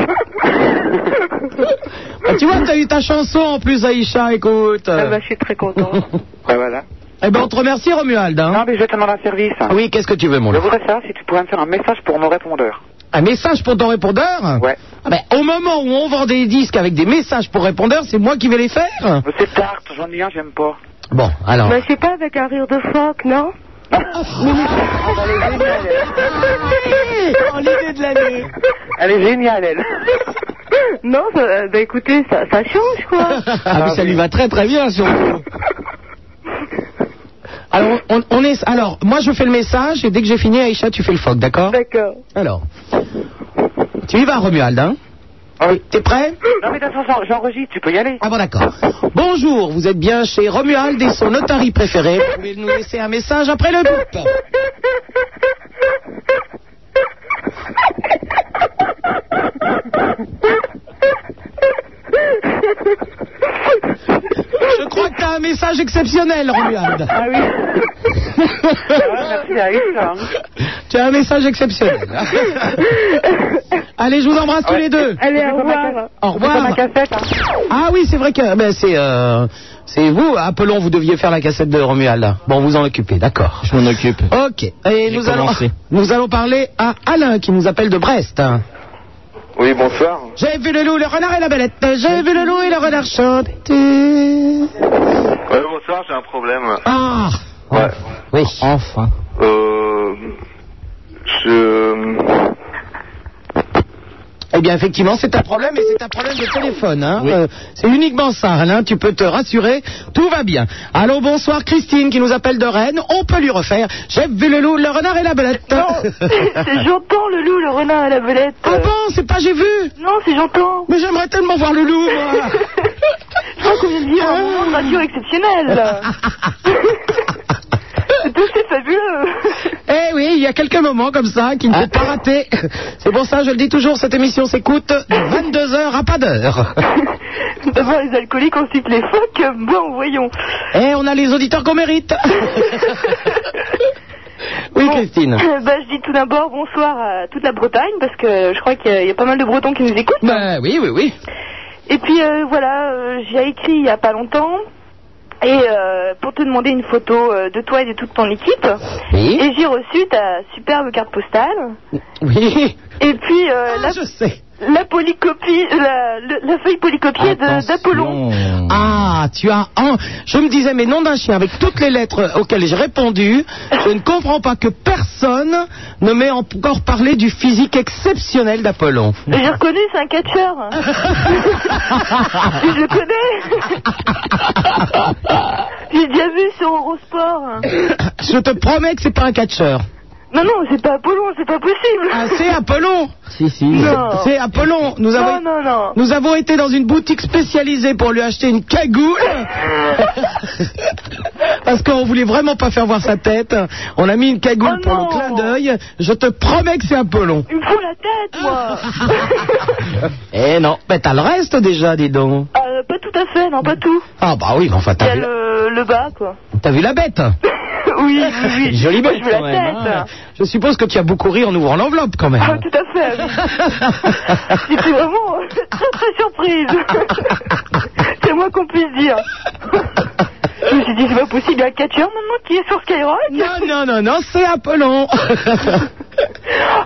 Ah, tu vois, t'as eu ta chanson en plus, Aïcha, écoute. Ah bah, je suis très contente. ouais, voilà. Eh ben, on te remercie, Romuald. hein. Non, mais je vais te demander un service. Oui, qu'est-ce que tu veux, mon Je loup voudrais savoir si tu pouvais me faire un message pour mon répondeur. Un message pour ton répondeur Ouais. Ah ben, Au moment où on vend des disques avec des messages pour répondeur, c'est moi qui vais les faire Mais C'est tard, j'en ai un, j'aime pas. Bon, alors. Bah, je sais pas, avec un rire de phoque, non Oh, l'idée de l'année Elle est *laughs* géniale, elle. Non, ça- euh, bah écoutez, ça, ça change, *laughs* quoi. Ah, mais ça lui va très très bien, surtout Alors, on, on est... alors, moi je fais le message et dès que j'ai fini, Aïcha, tu fais le phoque, d'accord D'accord. Alors. Tu y vas, Romuald, hein Oui. T'es prêt Non, mais de toute façon, j'enregistre, tu peux y aller. Ah bon, d'accord. Bonjour, vous êtes bien chez Romuald et son notari préféré. Vous pouvez nous laisser un message après le bip. exceptionnel, Romuald. Ah oui. merci à Yves. hein. Tu as un message exceptionnel. hein. Allez, je vous embrasse tous les deux. Allez, au revoir. Au revoir. Ma cassette. hein. Ah oui, c'est vrai que ben, c'est euh, c'est vous, Apollon, vous deviez faire la cassette de Romuald. Bon, vous en occupez, d'accord. Je m'en occupe. Ok. Et nous allons, commencé. *laughs* nous allons parler à Alain qui nous appelle de Brest. Oui, bonsoir. J'ai vu le loup, le renard et la belette. J'ai vu le loup et le renard chanter. Ouais, bonsoir, j'ai un problème. Ah Ouais. Oui. Enfin. Euh. Je. Eh bien, effectivement, c'est un problème, et c'est un problème de téléphone. Hein. Euh, c'est uniquement ça, Alain. Tu peux te rassurer, tout va bien. Allô, bonsoir, Christine, qui nous appelle de Rennes. On peut lui refaire. J'ai vu le loup, le renard et la belette. C'est *laughs* j'entends le loup, le renard et la belette. Ah bon, c'est pas j'ai vu Non, c'est j'entends. Mais j'aimerais tellement voir le loup, *laughs* moi. Je pense qu'on vient de dire un moment de Ah, radio *laughs* exceptionnel. *laughs* C'est assez fabuleux. *laughs* Eh oui, il y a quelques moments comme ça qui ne faut pas rater. C'est pour ça, je le dis toujours, cette émission s'écoute de 22h à *laughs* pas d'heure. D'abord les alcooliques, ensuite les phoques. Bon, voyons. Eh, on a les auditeurs *laughs* qu'on mérite. Oui, Christine. Euh, *laughs* bah, je dis tout d'abord bonsoir à toute la Bretagne, parce que je crois qu'il y, a- il y a pas mal de Bretons qui nous écoutent. Bah oui, oui, oui. Et puis euh, voilà, euh, j'ai écrit il y a pas longtemps. Et euh, pour te demander une photo euh, de toi et de toute ton équipe. Et j'ai reçu ta superbe carte postale. Oui. Ah, Et puis euh, la, la polycopie, la, le- la feuille polycopiée de- d'Apollon. Ah, tu as un. Je me disais, mais nom d'un chien, avec toutes les lettres auxquelles j'ai répondu, je ne comprends pas que personne ne m'ait encore parlé du physique exceptionnel d'Apollon. *coughs* J'ai reconnu, c'est un *laughs* catcheur. je le connais. J'ai déjà vu sur Eurosport. Je te promets que c'est pas un catcheur. Non, non, c'est pas Apollon, Euh, c'est pas possible. Ah, c'est Apollon. Si, si. Non. C'est Apollon. Nous avons, Non, non, non. nous avons été dans une boutique spécialisée pour lui acheter une *laughs* cagoule. Parce qu'on voulait vraiment pas faire voir sa tête. On a mis une cagoule pour le clin d'œil. Je te promets que c'est Apollon. Oh Il me fout la tête, moi. *laughs* Eh non, mais t'as le reste déjà, dis donc. Euh, pas tout à fait, non, pas tout. Ah bah oui, mais enfin, Il y t'as a vu, la- le, le bas, quoi. t'as vu la bête *laughs* oui, oui, oui. Jolie Moi, bête je veux la quand même. tête. hein. Je suppose que tu as beaucoup ri en ouvrant l'enveloppe quand même. *laughs* Ah, tout à fait. oui. J'étais vraiment très très surprise. *laughs* C'est moi qu'on puisse dire. Je me suis dit, c'est pas possible, il y a un catcheur maintenant qui est sur Skyrock. Non, non, non, non, c'est Apollon. *laughs*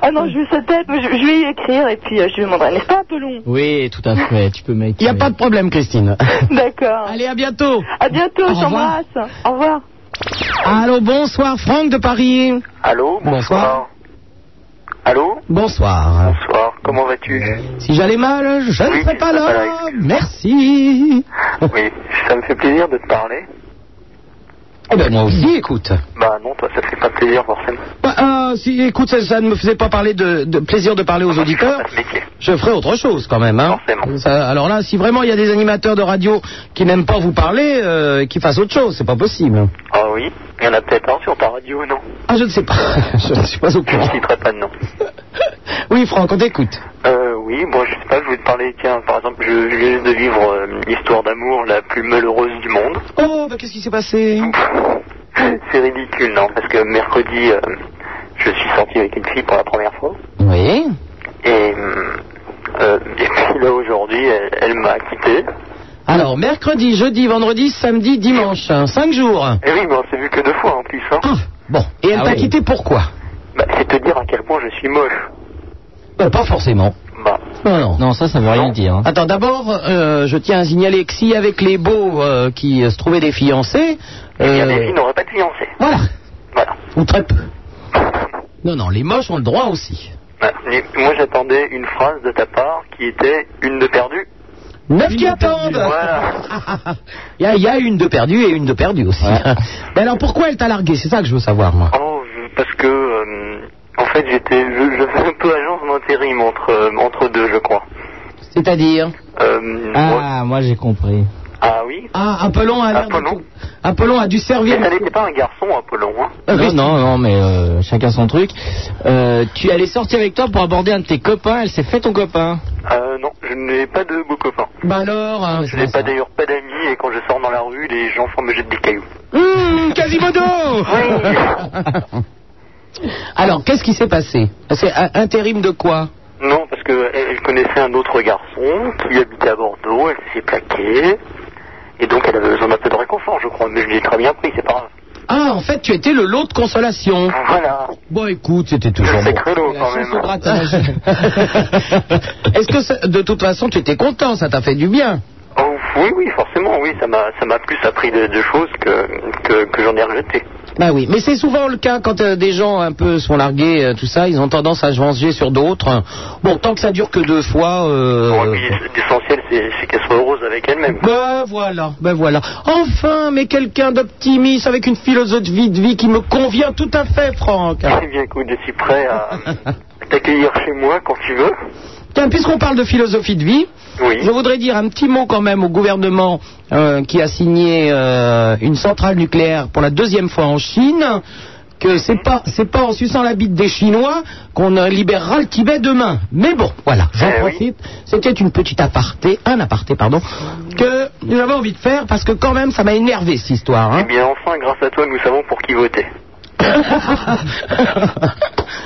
Ah non, je vais sa tête, mais je, je vais y écrire et puis euh, je lui demanderai, n'est-ce pas Apollon Oui, tout à fait, tu peux m'écrire. Il n'y a pas de problème, Christine. D'accord. Allez, à bientôt. À bientôt, Au je t'embrasse. Au revoir. Allô, bonsoir, Franck de Paris. Allô Bonsoir. Allô Bonsoir. Euh, Bonsoir, comment vas-tu Si j'allais mal, je ne Oui, serais pas ça va, là. Merci. Oui, ça me fait plaisir de te parler. Eh ben, moi aussi, écoute. Bah non, toi, ça te fait pas plaisir forcément. Bah, euh, si, écoute, ça, ça ne me faisait pas parler de, de plaisir de parler aux auditeurs. Je ferais autre chose quand même. Hein. Ça- alors là, si vraiment il y a des animateurs de radio qui n'aiment pas vous parler, euh, qu'ils fassent autre chose, c'est pas possible. Ah oui, il y en a peut-être un sur ta radio, non Ah, je *laughs* ne sais pas. je ne suis pas au Je ne courant. citerai pas de nom. *laughs* Oui, Franck, on t'écoute. Euh, oui, bon, je sais pas, je voulais te parler, tiens, par exemple, je je viens de vivre euh, l'histoire d'amour la plus malheureuse du monde. Oh, bah, qu'est-ce qui s'est passé *coughs* C'est ridicule, non Parce que mercredi, euh, je suis sorti avec une fille pour la première fois. Oui. Et, euh, euh, et puis là, aujourd'hui, elle, elle m'a quitté. Alors, mercredi, jeudi, vendredi, samedi, dimanche, hein, cinq jours. Et oui, mais on s'est vu que deux fois en plus. Hein. Bon, et elle Ah t'a oui. quitté pourquoi Bah, c'est te dire à quel point je suis moche. Bah, Pas forcément. Bah, Non, non. Non, ça, ça veut rien dire. hein. Attends, d'abord, euh, je tiens à signaler que si avec les beaux euh, qui euh, se trouvaient des fiancés, il y a des euh, Eh filles qui n'auraient pas de fiancé. voilà, Voilà. ou très peu. Non, non, les moches ont le droit aussi. Bah, mais moi, j'attendais une phrase de ta part qui était une de perdue. Neuf qui attendent *laughs* Il y, a- il y a une de perdue et une de perdue aussi. *laughs* Mais alors pourquoi elle t'a largué C'est ça que je veux savoir, moi. Oh, je- parce que, euh, en fait, j'étais, je, je fais un peu agence d'intérim entre, euh, entre deux, je crois. C'est-à-dire Euh, Ah, moi j'ai compris. Ah oui Ah, Apollon a l'air. Apollon. Apollon a dû servir. Mais ça n'était pas un garçon, Apollon. Hein. Non, non, non, mais euh, chacun son truc. Euh, tu allais sortir avec toi pour aborder un de tes copains, elle s'est fait ton copain. Euh, non, je n'ai pas de beaux copains. Bah alors hein, Je n'ai pas d'ailleurs pas d'amis et quand je sors dans la rue, les gens font me jeter des cailloux. Hum, Quasimodo *laughs* Alors, qu'est-ce qui s'est passé C'est un- intérim de quoi Non, parce que elle elle connaissait un autre garçon qui habitait à Bordeaux, elle s'est plaquée. Et donc elle avait besoin d'un peu de réconfort, je crois. Mais je l'ai très bien pris, c'est pas grave. Ah, en fait, tu étais le lot de consolation. Voilà. Bon, écoute, *laughs* c'était toujours bon. Ah, C'est créneau quand même. *laughs* Est-ce que, ça- de toute façon, tu étais content Ça t'a fait du bien Oh, oui, oui, forcément, oui, ça m'a ça m'a plus appris de, de choses que, que, que j'en ai rejeté. Bah oui, mais c'est souvent le cas quand euh, des gens un peu sont largués, euh, tout ça, ils ont tendance à se venger sur d'autres. Bon, tant que ça dure que deux fois. euh, L'essentiel, c'est c'est qu'elle soit heureuse avec elle-même. Ben voilà, ben voilà. Enfin, mais quelqu'un d'optimiste avec une philosophie de vie qui me convient tout à fait, Franck. Eh bien, écoute, je suis prêt à *laughs* t'accueillir chez moi quand tu veux. Tiens, puisqu'on parle de philosophie de vie, je voudrais dire un petit mot quand même au gouvernement euh, qui a signé euh, une centrale nucléaire pour la deuxième fois en Chine. Que c'est pas c'est pas en suçant la bite des Chinois qu'on euh, libérera le Tibet demain. Mais bon, voilà, j'en profite. C'était une petite aparté, un aparté pardon, que nous avons envie de faire parce que quand même ça m'a énervé cette histoire. hein. Eh bien, enfin, grâce à toi, nous savons pour qui voter. *laughs*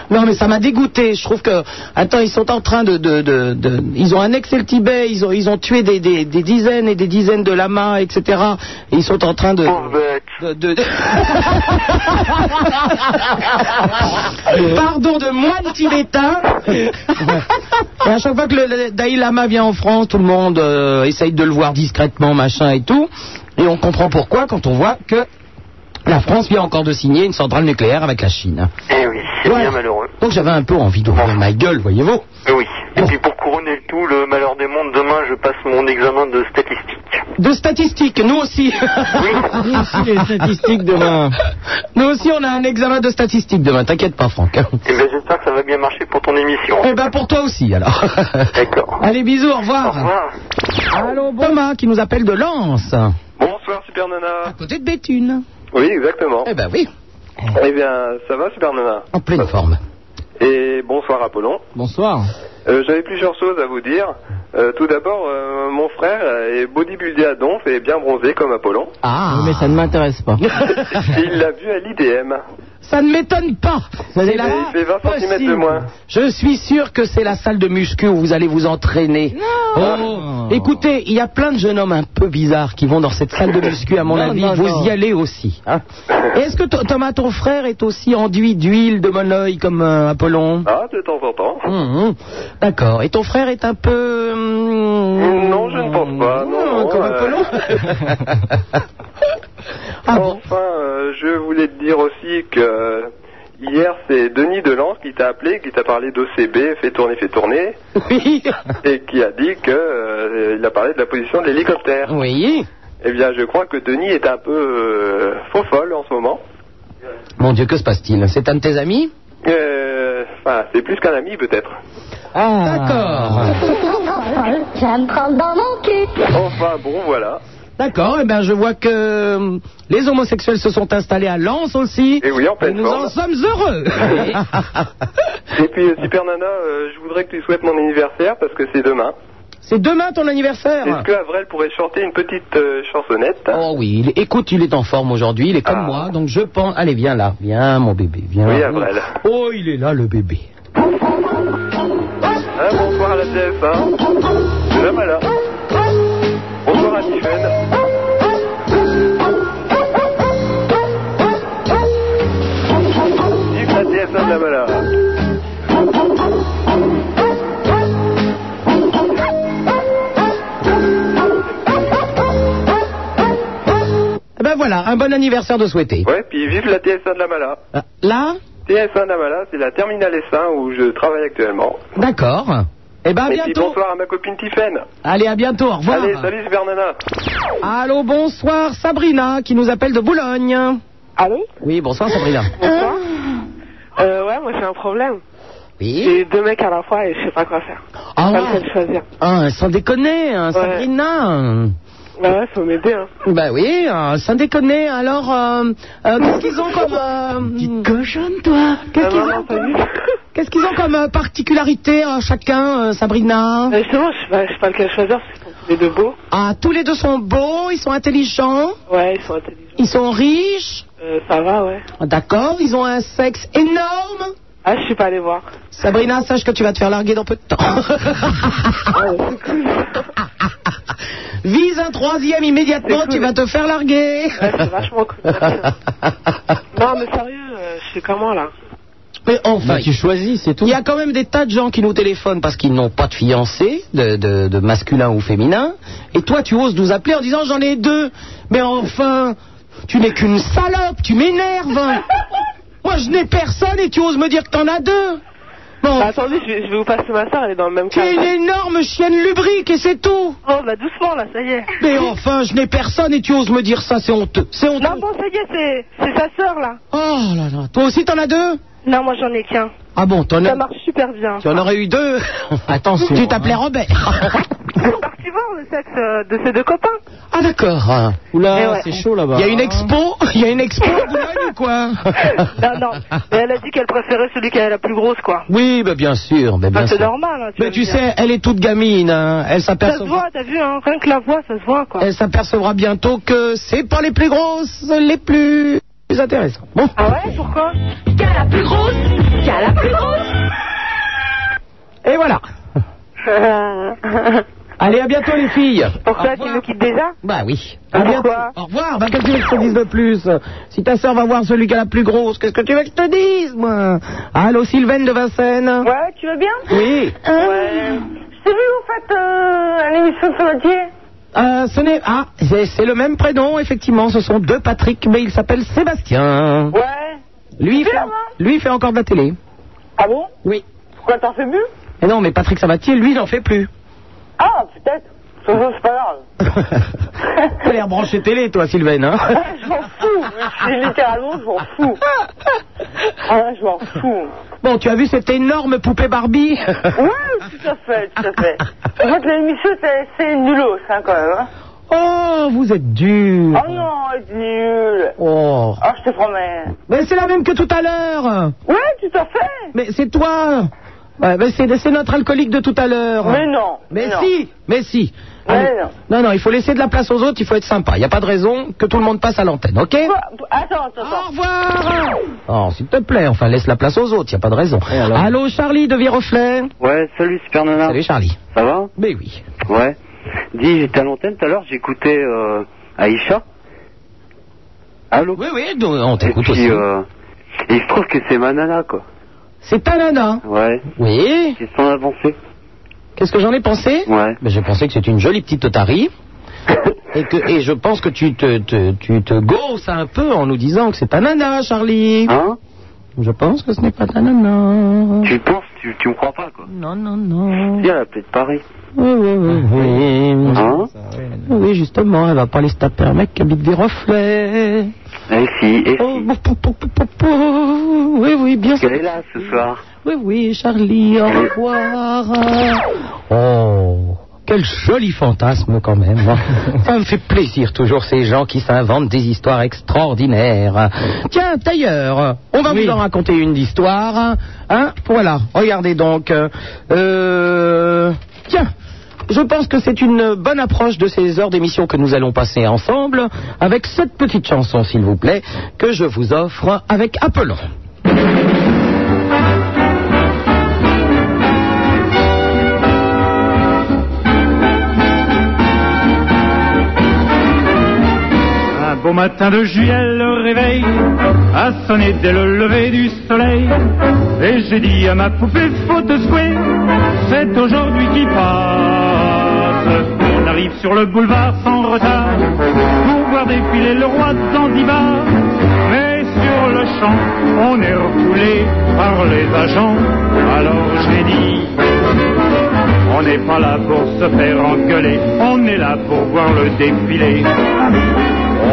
Non, mais ça m'a dégoûté. Je trouve que. Attends, ils sont en train de. de- de- de- ils ont annexé le Tibet, ils ont, ils ont tué des, des- des dizaines et des dizaines de lamas, etc. Et ils sont en train *laughs* de. Euh, de- de- *laughs* Pardon, de moines tibétains. Et à chaque fois que le, le Dalai Lama vient en France, tout le monde euh, essaye de le voir discrètement, machin et tout. Et on comprend pourquoi quand on voit que la France vient encore de signer une centrale nucléaire avec la Chine. Eh oui, c'est bien malheureux. Donc j'avais un peu envie d'ouvrir ma gueule, voyez-vous. Eh oui. Et puis, pour couronner le tout, le malheur des mondes, demain, je passe mon examen de statistique. De statistiques, nous aussi. *laughs* nous aussi les statistiques demain. Nous aussi on a un examen de statistiques demain, t'inquiète pas Franck. Eh bien, j'espère que ça va bien marcher pour ton émission. Eh ben pour toi aussi alors. D'accord. Allez bisous, au revoir. Allô, Thomas qui nous appelle de Lens. Bonsoir Super Nana. À côté de Béthune. Oui, exactement. Eh ben oui. Eh bien, ça va Super Nana. En pleine forme. Et bonsoir Apollon. Bonsoir. Euh, J'avais plusieurs choses à vous dire. Euh, tout d'abord, euh, mon frère est bodybuildé à donf et bien bronzé comme *laughs* Apollon. Ah. Mais ça ne m'intéresse pas. Et il l'a vu à l'IDM. Ça ne m'étonne pas. C'est la- Et il fait 20 cm de Possible. moins. Je suis sûr que c'est la salle de muscu où vous allez vous entraîner. Oh. Écoutez, il y a plein de jeunes hommes un peu bizarres qui vont dans cette salle de muscu, à mon Non, avis. non, vous non. y allez aussi. *laughs* hein. Et Est-ce que to- Thomas, ton frère, est aussi enduit d'huile de monoeil comme euh, Apollon Ah, de temps en temps. Hum, hum. D'accord. Et ton frère est un peu... hum, Non, je ne pense pas. Non, hum, non, comme euh, Apollon *laughs* *laughs* Ah Enfin, euh, je voulais te dire aussi que euh, hier, c'est Denis Delance qui t'a appelé, qui t'a parlé d'OCB, fait tourner, fait tourner, Oui. et qui a dit que euh, il a parlé de la position de l'hélicoptère. Oui. Eh bien, je crois que Denis est un peu euh, faux folle en ce moment. Mon Dieu, que se passe-t-il C'est un de tes amis Euh, Enfin, c'est plus qu'un ami peut-être. D'accord. J'aime prendre dans mon cul. Enfin, bon, voilà. D'accord, et ben je vois que euh, les homosexuels se sont installés à Lens aussi. Et oui, en pleine nous forme. en sommes heureux. Et puis, euh, Super Nana, euh, je voudrais que tu souhaites mon anniversaire parce que c'est demain. *laughs* C'est demain ton Est-ce anniversaire. que Avril pourrait chanter une petite euh, chansonnette Oh oui, il- écoute, il est en forme aujourd'hui, il est comme moi, donc je pense. Allez, viens là, viens mon bébé, viens. Ah. Oui, Avril. Oh, il est là le bébé. Ah, bonsoir à la hein. TF1. Là, voilà. Bonsoir à Tiffen. Vive la TF1 de la voilà. Eh ben voilà, un bon anniversaire de souhaiter. Euh, Ouais, puis vive la TF1 de la Mala. Là, TF1 de la Mala, c'est la terminale S1 où je travaille actuellement. d'accord. Eh ben à Et puis bientôt. bonsoir à ma copine Tiffen. Allez, à bientôt, au revoir. Allez, salut Super Nana. Allô, bonsoir Sabrina qui nous appelle de Boulogne. Allô Oui, bonsoir Sabrina. Bonsoir. Euh, ouais, moi j'ai un problème. Oui. J'ai deux mecs à la fois et je sais pas quoi faire. Ah Pas ouais. le choisir. Ah, sans déconner, hein, Ouais. Sabrina. hein. Bah ouais, faut m'aider, *laughs* hein. Bah oui, euh, sans déconner. Alors, euh, euh, qu'est-ce qu'ils ont comme... Euh, Petite cochonne, toi Ah, Qu'est-ce qu'ils ont, qu'est-ce qu'ils ont comme euh, particularité euh, chacun, euh, Sabrina Mais c'est bon, je sais pas, je sais pas lequel choisir, parce qu'ils sont tous les deux beaux. Ah, tous les deux sont beaux, ils sont intelligents, Ouais, ils sont intelligents. ils sont riches. Ah, Euh, ça va, ouais. D'accord, ils ont un sexe énorme. Ah, je suis pas allée voir. Sabrina, sache que tu vas te faire larguer dans peu de Ah, temps. *laughs* Vise un troisième immédiatement, tu vas te faire larguer. C'est vachement cool. non, mais sérieux, euh, je suis comment, là *laughs* Mais enfin, Bah, tu choisis, c'est tout. Il y a quand même des tas de gens qui nous téléphonent parce qu'ils n'ont pas de fiancé, de, de- de masculin ou féminin. Et toi, tu oses nous appeler en disant j'en ai deux. Mais enfin, tu n'es qu'une salope, tu *laughs* m'énerves. Moi, je n'ai personne et tu oses me dire que t'en as deux. Bon, Bah, attendez, je vais, je vais vous passer ma soeur, elle est dans le même tu cas. es une énorme chienne lubrique et c'est tout. Oh, bah doucement, là, ça y est. Mais enfin, je n'ai personne et tu oses me dire ça, c'est honteux. C'est honteux. Non, bon, ça y est, c'est- c'est sa soeur, là. Oh là là, toi aussi t'en as deux Non, moi, j'en ai qu'un. Ah bon, t'en Ça as... marche super bien. Tu en aurais eu *laughs* deux Attention, Tu t'appelais *laughs* Robert. Tu vois le sexe euh, de ses deux copains Ah d'accord. Eh Oula, ouais. c'est chaud là-bas. Il y a une expo Il y a une expo à *laughs* Boulogne ou quoi Non, non. Mais elle a dit qu'elle préférait celui qui est la plus grosse, quoi. Oui, bah, bien sûr. bah, bien Bah, c'est sûr. normal, hein, tu Mais vas tu me dire. sais, elle est toute gamine. hein. Elle Ça se s'apercevra. voit, t'as vu, hein, rien que la voix, ça se voit, quoi. Elle s'apercevra bientôt que c'est pas les plus grosses, les plus intéressantes. Bon. Ah ouais, pourquoi Qu'à la plus grosse, qu'à la plus grosse. *laughs* Et voilà. Allez, à bientôt les filles. Pourquoi tu nous quittes déjà Bah oui. À bientôt. Pourquoi Au revoir. Bah, qu'est-ce que tu veux que je te dise de plus Si ta sœur va voir celui qui a la plus grosse, qu'est-ce que tu veux que je te dise, moi Allô, Sylvaine de Vincennes Ouais, tu veux bien Oui. Euh, Je t'ai vu, vous faites euh, une émission sur notre pied. Euh, ce n'est ah, c'est c'est le même prénom effectivement. Ce sont deux Patrick, mais il s'appelle Sébastien. Ouais. Lui il fait, Bien, hein lui il fait encore de la télé. Ah bon Oui. Pourquoi t'en fais plus Mais non, mais Patrick Sabatier, lui, il n'en fait plus. Ah, peut-être. Ça, ça, C'est pas *laughs* grave. T'as l'air branché télé, toi, Sylvain. *laughs* Hein Ah, je m'en fous. Je suis littéralement, je m'en fous. Ah, ouais, je m'en fous. bon, tu as vu cette énorme poupée Barbie Ouais, tout à fait, tout à fait. En fait, l'émission, c'est- c'est nulos, hein, quand même. hein. Oh, vous êtes dur. Oh non, elle est nulle. Oh. Oh, je te promets. *laughs* Mais c'est la même que tout à l'heure. Ouais, tout à fait. Mais c'est toi. Ouais, mais c'est c'est notre alcoolique de tout à l'heure. Mais non. Mais non. si, mais si. Ouais, Allez. non. non, non, il faut laisser de la place aux autres, il faut être sympa. Il n'y a pas de raison que tout le monde passe à l'antenne, ok Quoi Attends, attends, attends. Au revoir Oh, s'il te plaît, enfin, laisse la place aux autres, il n'y a pas de raison. Allô, Charlie de Viroflay Ouais, salut Super Nana. Salut, Charlie. Ça va Mais oui. Ouais. Dis, j'étais à l'antenne tout à l'heure, j'écoutais euh, Aïcha. Allô Oui, oui, nous, on Et t'écoute puis, aussi. euh, et il se trouve que c'est ma nana, quoi. C'est ta nana Ouais. Oui C'est son avancée. Qu'est-ce que j'en ai pensé Ouais. Ben, J'ai pensé que c'est une jolie petite *laughs* otarie. Et, que, et je pense que tu te, te- tu te gausses un peu en nous disant que c'est ta nana, Charlie. Hein Je pense que ce n'est pas ta nana. Tu penses, tu, tu me crois pas, quoi. Non, non, non. Si, elle a appelé de Paris. Oui, oui, oui, oui. Hein Oui, justement, elle va pas aller se taper un mec qui habite des reflets. Et Ah, si, et Oh, si. pou, pou, pou, pou, pou, pou. Oui, oui, bien sûr. Elle est là ce soir. Oui, oui, Charlie, au revoir. Oh, quel joli fantasme quand même. *laughs* Ça me fait plaisir toujours ces gens qui s'inventent des histoires extraordinaires. Tiens, d'ailleurs, on va Oui. vous en raconter une d'histoire. Hein voilà, regardez donc. Euh, Tiens. Je pense que c'est une bonne approche de ces heures d'émission que nous allons passer ensemble avec cette petite chanson, s'il vous plaît, que je vous offre avec Apollon. Un beau matin de juillet, le réveil a sonné dès le lever du soleil. Et j'ai dit à ma poupée, faut te secouer, c'est aujourd'hui qui passe. On arrive sur le boulevard sans retard pour voir défiler le roi de Zanzibar. Mais sur le champ, on est refoulé par les agents. Alors j'ai dit, on n'est pas là pour se faire engueuler, on est là pour voir le défilé.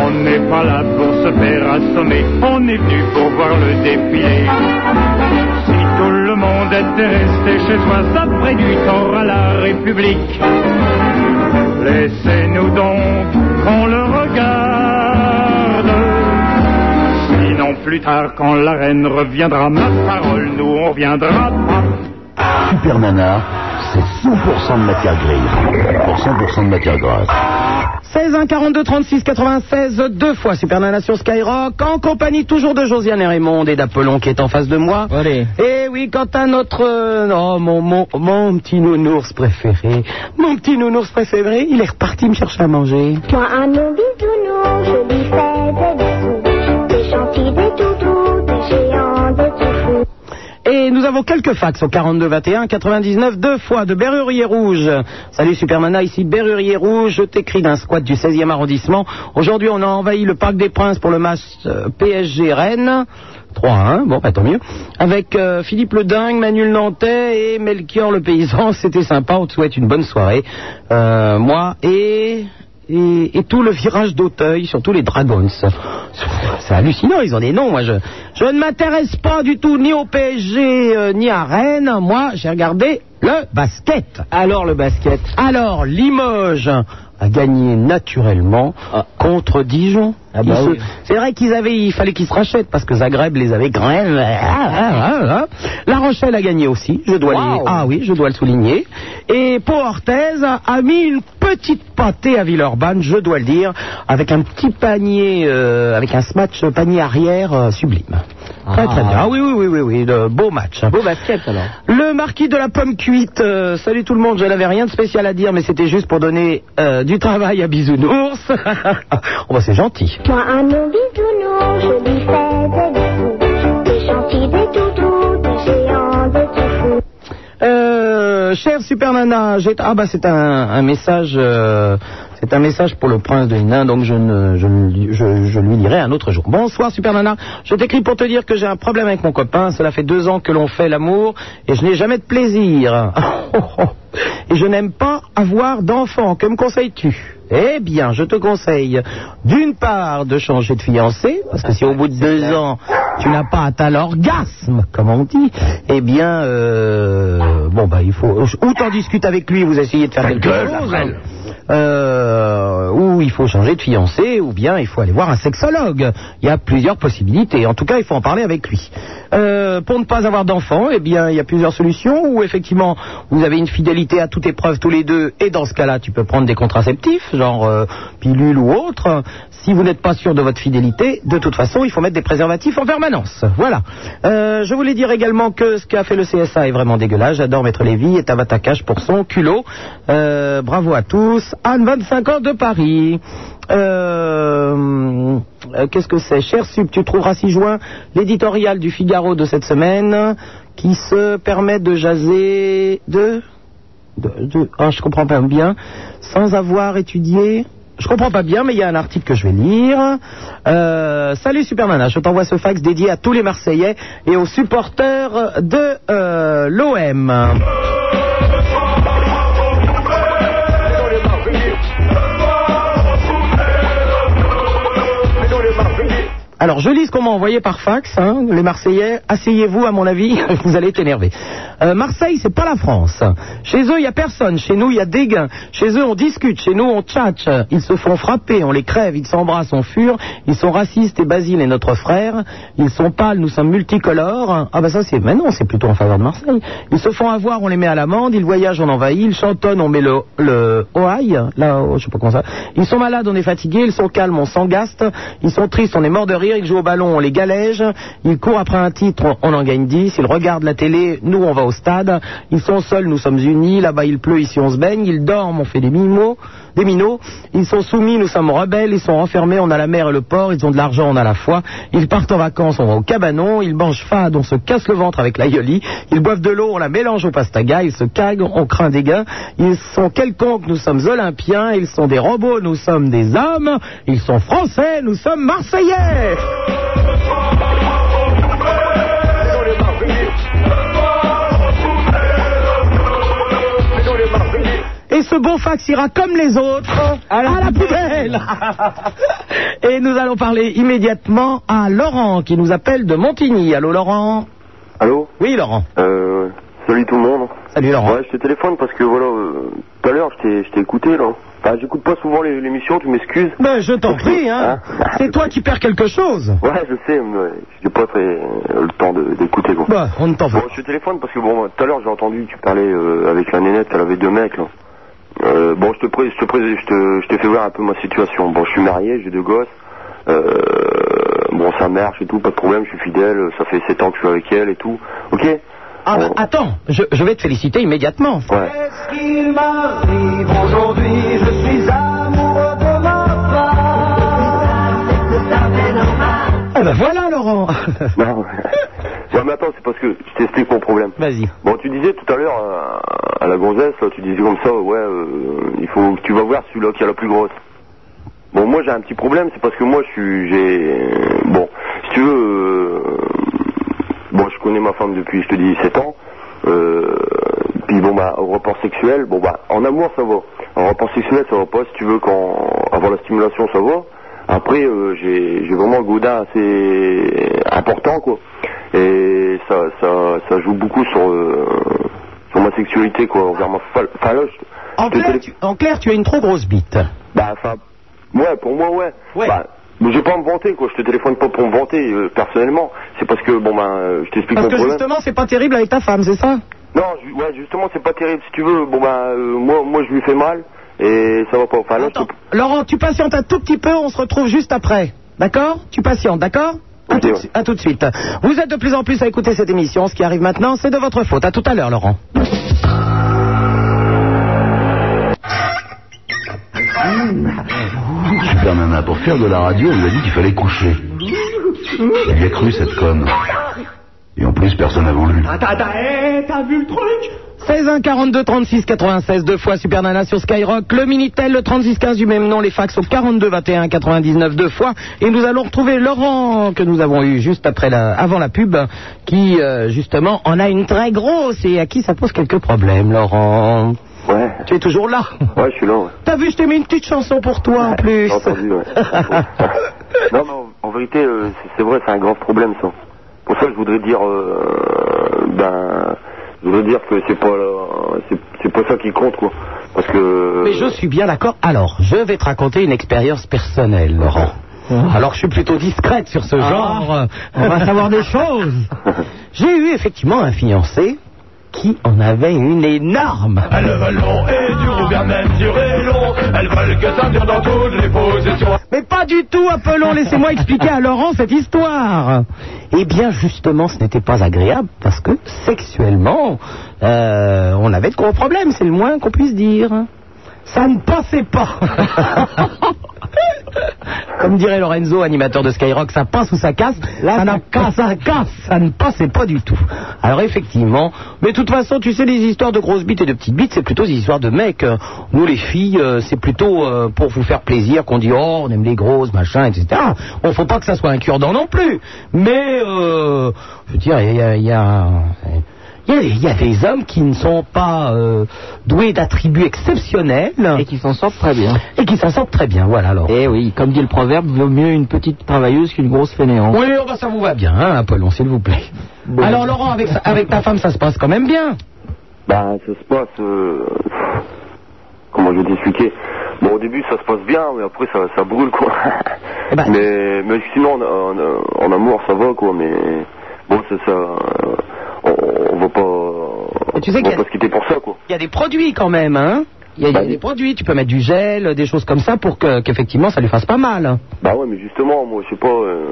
On n'est pas là pour se faire assommer, on est venu pour voir le défilé. Ah, Si tout le monde était resté chez soi, ça ferait du tort à la République. Laissez-nous donc qu'on le regarde. Sinon, plus tard, quand la reine reviendra, ma parole, nous, on reviendra pas. Super Nana, c'est 100% de matière grise pour 100% de matière grasse. 16 1 42 36 96 deux fois Super Nana sur Skyrock en compagnie toujours de Josiane et Raymond et d'Apollon qui est en face de moi. Et oui, quant à notre euh, oh, mon, mon mon petit nounours préféré, mon petit nounours préféré, il est reparti me chercher à manger. Moi, à mon bisounours, je lui fais des bisous. Des gentils, des toutous, des géants, des toutous. Et nous avons quelques fax au 42 21 99 deux fois de Berrurier Rouge. Salut Supermana, ici Berrurier Rouge, je t'écris d'un squat du 16e arrondissement. Aujourd'hui, on a envahi le Parc des Princes pour le match euh, PSG Rennes. 3 à 1, bon, bah, tant mieux. Avec euh, Philippe le Dingue, Manu le Nantais et Melchior le Paysan, *laughs* c'était sympa. On te souhaite une bonne soirée. Euh, moi et, et et tout le virage d'Auteuil, surtout les Dragons. C'est hallucinant, ils ont des noms. Moi, je, je ne m'intéresse pas du tout ni au PSG euh, ni à Rennes. Moi, j'ai regardé le basket. Alors le basket. Alors Limoges a gagné naturellement contre Dijon. bah Ils se- oui. C'est vrai qu'ils avaient, il fallait qu'ils se rachètent parce que Zagreb les avait grèves. Ah, ah, ah, ah. La Rochelle a gagné aussi. Je dois le- ah oui, je dois le souligner. Et Pau Orthez a mis une petite pâtée à Villeurbanne, je dois le dire, avec un petit panier, euh, avec un smash panier arrière euh, sublime. Très très bien. Ah oui, oui, oui, oui, oui, de beau match. Beau basket alors. Le marquis de la pomme cuite. euh, salut tout le monde, je n'avais rien de spécial à dire, mais c'était juste pour donner euh, du travail à Bisounours. *laughs* oh, bah, c'est gentil. Moi, à mon bisounours, je lui fais des bisous. Des gentils, des toutous, des géants, des toutous. Euh, cher Super Nana, j'ai... Ah bah c'est un, un message... euh, C'est un message pour le prince de Hénin, donc je, ne, je, ne lui- je- je lui lirai un autre jour. Bonsoir Super Nana, je t'écris pour te dire que j'ai un problème avec mon copain. Cela fait deux ans que l'on fait l'amour et je n'ai jamais de plaisir. *laughs* Oh, et je n'aime pas avoir d'enfant. Que me conseilles-tu eh bien, je te conseille d'une part de changer de fiancé, parce que si au bout de deux ans tu n'as pas atteint l'orgasme, comme on dit, eh bien, euh, bon bah il faut ou t'en discutes avec lui, vous essayez de faire quelque chose, euh, ou il faut changer de fiancé, ou bien il faut aller voir un sexologue. Il y a plusieurs possibilités. En tout cas, il faut en parler avec lui. Euh, pour ne pas avoir d'enfant, eh bien, il y a plusieurs solutions. Ou effectivement, vous avez une fidélité à toute épreuve tous les deux, et dans ce cas-là, tu peux prendre des contraceptifs, genre euh, pilule ou autre. Si vous n'êtes pas sûr de votre fidélité, de toute façon, il faut mettre des préservatifs en permanence. Voilà. Euh, je voulais dire également que ce qu'a fait le CSA est vraiment dégueulasse. J'adore Maître Lévy et Tabata Cash pour son culot. Euh, bravo à tous. Anne, 25 ans de Paris. Euh, euh, Qu'est-ce que c'est Cher Sub, tu trouveras 6 juin l'éditorial du Figaro de cette semaine qui se permet de jaser de... de, de- ah, je comprends pas bien. Sans avoir étudié... Je comprends pas bien, mais il y a un article que je vais lire. Euh, salut Superman, je t'envoie ce fax dédié à tous les Marseillais et aux supporters de euh, l'OM. Alors, je lis ce qu'on m'a envoyé par fax, hein, les Marseillais. Asseyez-vous, à mon avis, *laughs* vous allez être énervés. Euh, Marseille, c'est pas la France. Chez eux, il n'y a personne. Chez nous, il y a des gains. Chez eux, on discute. Chez nous, on tchatche. Ils se font frapper, on les crève, ils s'embrassent, on fure. Ils sont racistes et Basile est notre frère. Ils sont pâles, nous sommes multicolores. Ah, bah ça, c'est. Mais non, c'est plutôt en faveur de Marseille. Ils se font avoir, on les met à l'amende. Ils voyagent, on envahit. Ils chantonnent, on met le. le. Ohai. Là, oh, je sais pas comment ça. Ils sont malades, on est fatigués. Ils sont calmes, on s'engaste. Ils sont tristes, on est mort de rire. Ils jouent au ballon, on les galège. Ils courent après un titre, on on en gagne 10. Ils regardent la télé, nous, on va au stade. Ils sont seuls, nous sommes unis. Là-bas, il pleut, ici, on se baigne. Ils dorment, on fait des mimos, des minots. Ils sont soumis, nous sommes rebelles. Ils sont enfermés, on a la mer et le port. Ils ont de l'argent, on a la foi. Ils partent en vacances, on va au cabanon. Ils mangent fade, on se casse le ventre avec l'aïoli. Ils boivent de l'eau, on la mélange au pastaga. Ils se caguent, on craint des gains. Ils sont quelconques, nous sommes olympiens. Ils sont des robots, nous sommes des hommes. Ils sont français, nous sommes marseillais. Et ce beau fax ira comme les autres à la, poubelle. *laughs* Et nous allons parler immédiatement à Laurent qui nous appelle de Montigny. Allô Laurent Allô Oui, Laurent. Euh, salut tout le monde. Salut Laurent. Ouais, je te téléphone parce que voilà, euh, tout à l'heure je t'ai- je t'ai écouté là. Bah, j'écoute pas souvent les- l'émission, tu m'excuses. Ah, Ben, je t'en prie, hein. C'est toi qui perds quelque chose. Ouais, je sais, mais j'ai pas très euh, le temps de- d'écouter. Bon. Bah, on ne t'en veut. Bon, je te téléphone parce que bon, tout à l'heure j'ai entendu que tu parlais euh, avec la nénette, elle avait deux mecs là. Euh, bon, je te pré- je te pré- je te, je te fais voir un peu ma situation. Bon, je suis marié, j'ai deux gosses. Euh, bon, ça marche et tout, pas de problème, je suis fidèle. Ça fait sept ans que je suis avec elle et tout. Ok. Ah, bah, attends, je, je vais te féliciter immédiatement. Ouais. Il m'arrive aujourd'hui, je suis amoureux de ma femme. C'est tout à fait normal. Ah ben voilà, Laurent. Non. Ouais, ah, mais attends, c'est parce que je t'explique mon problème. Vas-y. Bon, tu disais tout à l'heure euh, à la gonzesse, là, tu disais comme ça, ouais, euh, il faut que tu vas voir celui-là qui a la plus grosse. Bon, moi j'ai un petit problème, c'est parce que moi je suis, j'ai, bon, si tu veux, euh, bon, je connais ma femme depuis, je te dis, 7 ans. Euh, puis bon bah au rapport sexuel, bon bah en amour ça va. En rapport sexuel ça va pas si tu veux quand avant la stimulation ça va. Après euh, j'ai j'ai vraiment un godin assez important quoi. Et ça ça ça joue beaucoup sur euh, sur ma sexualité quoi envers ma phal- phaloche. En clair, tu, en clair, tu as une trop grosse bite. Bah enfin ouais pour moi ouais. Bah, mais je vais pas me vanter quoi, je te téléphone pas pour me vanter euh, personnellement. C'est parce que bon ben euh, je t'explique Parce mon que problème. justement, c'est pas terrible avec ta femme, c'est ça Non, ju- ouais, justement, c'est pas terrible. Si tu veux, bon bah, euh, moi, moi, je lui fais mal et ça va pas. Enfin, là, je te- Laurent, tu patientes un tout petit peu, on se retrouve juste après. D'accord Tu patientes, d'accord à, tout de su- à tout de suite. Vous êtes de plus en plus à écouter cette émission. Ce qui arrive maintenant, c'est de votre faute. À tout à l'heure, Laurent. Super Nana, pour faire de la radio, on lui a dit qu'il fallait coucher. Il y a cru, cette conne. Et en plus, personne n'a voulu. Attends, attends, hé, t'as vu le truc 16 1 42 36 96 deux fois Super Nana sur Skyrock, le Minitel, le 36 15 du même nom, les fax au 42 21 99 deux fois et nous allons retrouver Laurent que nous avons eu juste après la, avant la pub qui euh, justement en a une très grosse et à qui ça pose quelques problèmes Laurent. Ouais. Tu es toujours là Ouais, je suis là. ouais. T'as vu, je t'ai mis une petite chanson pour toi en plus. J'ai entendu. Ouais. non, mais en, en vérité, euh, c'est- c'est vrai, c'est un grave problème ça. Pour ça, je voudrais dire, euh, ben, je voudrais dire que c'est pas, euh, c'est c'est pas ça qui compte quoi. Parce que. Mais je suis bien d'accord. Alors, je vais te raconter une expérience personnelle, Laurent. Alors, je suis plutôt discrète sur ce genre. euh, On va savoir des choses. J'ai eu effectivement un fiancé qui en avait une énorme. Et du revers même du long, elles veulent que ça dure dans toutes les positions. Mais pas du tout, Apollon. Laissez-moi expliquer à Laurent cette histoire. Eh bien, justement, ce n'était pas agréable parce que sexuellement, euh, on avait de gros problèmes. C'est le moins qu'on puisse dire. Ça ne passait pas. *laughs* Comme dirait Lorenzo, animateur de Skyrock, ça passe ou ça casse. ça, n'a- ça, casse, ça ne passait pas du tout. Alors effectivement, mais de toute façon, tu sais, les histoires de grosses bites et de petites bites, c'est plutôt des histoires de mecs. Euh, Nous, les filles, euh, c'est plutôt euh, pour vous faire plaisir qu'on dit oh, on aime les grosses, machin, etc. On faut pas que ça soit un cure-dent non plus. Mais, euh, je veux dire, il y a- il y a il y, a, il y a des hommes qui ne sont pas euh, doués d'attributs exceptionnels. Et qui s'en sortent très bien. Et qui s'en sortent très bien, voilà alors. Eh oui, comme dit le proverbe, vaut mieux une petite travailleuse qu'une grosse fainéante. Oui, oh, bah, ça vous va bien, hein, Apollon, s'il vous plaît. Alors Laurent, avec, avec ta femme, ça se passe quand même bien. Bah, ça se passe. euh, Comment je vais t'expliquer Bon, au début, ça se passe bien, mais après, ça, ça brûle, quoi. Eh ben. *laughs* mais, mais sinon, en, en- en amour, ça va, quoi. Mais bon, c'est ça. euh, On, on va pas. tu sais on qu'il va y pas a- se quitter pour ça, quoi. Il y a des produits quand même, hein. Il y a, il y a des produits, tu peux mettre du gel, des choses comme ça pour que- qu'effectivement ça lui fasse pas mal. Bah ouais, mais justement, moi, je sais pas. euh,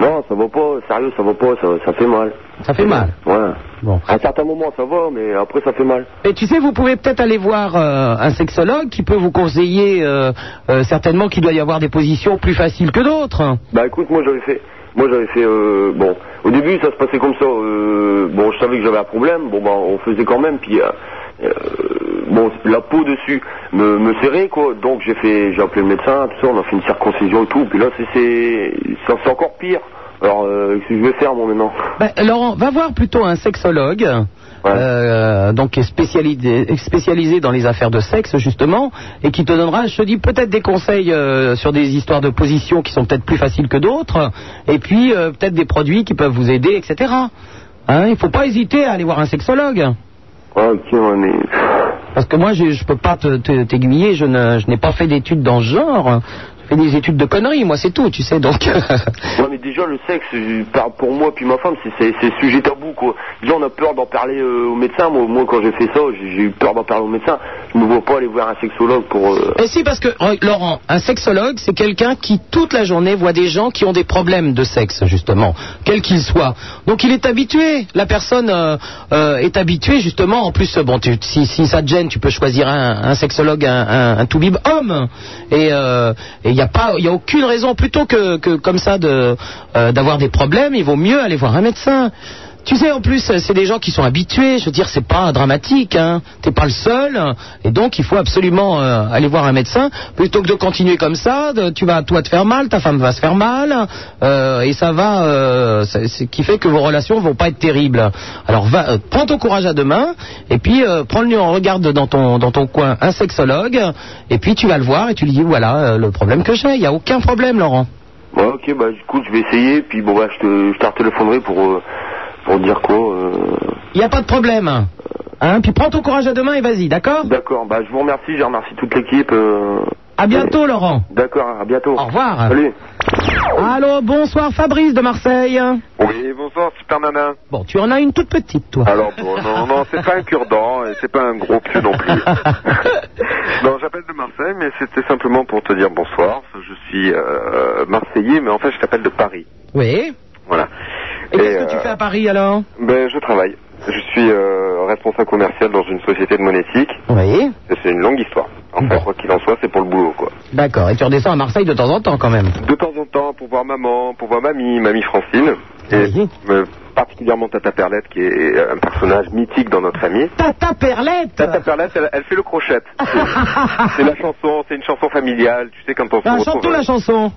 Non, ça va pas. Sérieux, ça va pas. Ça, ça fait mal. Ça fait mal. Ouais. Bon. À un certain moment, ça va, mais après, ça fait mal. Et tu sais, vous pouvez peut-être aller voir euh, un sexologue qui peut vous conseiller euh, euh, certainement qu'il doit y avoir des positions plus faciles que d'autres. Bah écoute, moi j'avais fait, moi j'avais fait, euh, bon, au début ça se passait comme ça, euh, bon, je savais que j'avais un problème, bon bah on faisait quand même, puis euh, euh, bon, la peau dessus me, me serrait quoi, donc j'ai fait, j'ai appelé le médecin, tout ça, on a fait une circoncision et tout, puis là c'est, c'est, ça, c'est encore pire. Alors euh, qu'est-ce que je vais faire moi maintenant Ben, Laurent, va voir plutôt un sexologue, euh, donc qui est spécialisé, spécialisé dans les affaires de sexe justement, et qui te donnera, je te dis, peut-être des conseils euh, sur des histoires de position qui sont peut-être plus faciles que d'autres, et puis euh, peut-être des produits qui peuvent vous aider, etc. Hein, il ne faut pas hésiter à aller voir un sexologue. Ah, ok, ouais, mais Parce que moi, je ne peux pas te- te- t'aiguiller, je ne- je n'ai pas fait d'études dans ce genre. J'ai fait des études de conneries, moi, c'est tout, tu sais, donc... *laughs* Ouais, mais déjà, le sexe, euh, par- pour moi puis ma femme, c'est- c'est c'est sujet tabou, quoi. Déjà, on a peur d'en parler euh, au médecin. Moi, moi, quand j'ai fait ça, j'ai j'ai eu peur d'en parler au médecin. Je me vois pas aller voir un sexologue pour... euh, Et si, parce que, re- Laurent, un sexologue, c'est quelqu'un qui, toute la journée, voit des gens qui ont des problèmes de sexe, justement, quels qu'ils soient. Donc, il est habitué. La personne euh, euh, est habituée, justement. En plus, euh, bon, tu- si, si ça te gêne, tu peux choisir un, un sexologue, un, un, un toubib homme. Et euh, et il n'y a, pas- il y a aucune raison, plutôt que, que comme ça, de, euh, d'avoir des problèmes, il vaut mieux aller voir un médecin. Tu sais, en plus, c'est des gens qui sont habitués. Je veux dire, c'est pas dramatique. Hein. T'es pas le seul. Et donc, il faut absolument euh, aller voir un médecin plutôt que de continuer comme ça. de- tu vas toi te faire mal, ta femme va se faire mal, euh, et ça va, euh, c'est- c'est- qui fait que vos relations vont pas être terribles. Alors, va, euh, prends ton courage à deux mains, et puis euh, prends-le en regarde dans ton dans ton coin un sexologue, et puis tu vas le voir et tu lui dis voilà euh, le problème que j'ai. Il y a aucun problème, Laurent. Ouais, ok, bah écoute, je vais essayer, puis bon, bah, je te, je te retéléphonerai pour, euh, pour dire quoi. euh. Il n'y a pas de problème. Hein Puis prends ton courage à deux mains et vas-y, d'accord D'accord, bah je vous remercie, je remercie toute l'équipe. euh. À bientôt, Laurent. D'accord, à bientôt. Au revoir. Salut. Allô, bonsoir Fabrice de Marseille. Oui, bonsoir, super nana. Bon, tu en as une toute petite, toi. Alors, bon, non, non, c'est pas un cure-dent, et c'est pas un gros cul non *laughs* plus. non, j'appelle de Marseille, mais c'était simplement pour te dire bonsoir. Je suis euh, marseillais, mais en fait, je t'appelle de Paris. Oui. Voilà. Et, qu'est-ce que tu euh, fais à Paris alors ben, je travaille. Je suis euh, responsable commercial dans une société de monétique. Oui. Et c'est une longue histoire. Enfin, quoi qu'il en soit, c'est pour le boulot, quoi. D'accord, et tu redescends à Marseille de temps en temps quand même. De temps en temps, pour voir maman, pour voir mamie, mamie Francine. Et euh, particulièrement Tata Perlette, qui est un personnage mythique dans notre famille. Tata Perlette Tata Perlette, elle, elle fait le *laughs* crochette. c'est la chanson, c'est une chanson familiale, tu sais, quand on se Ah, retrouve... chante-nous la chanson.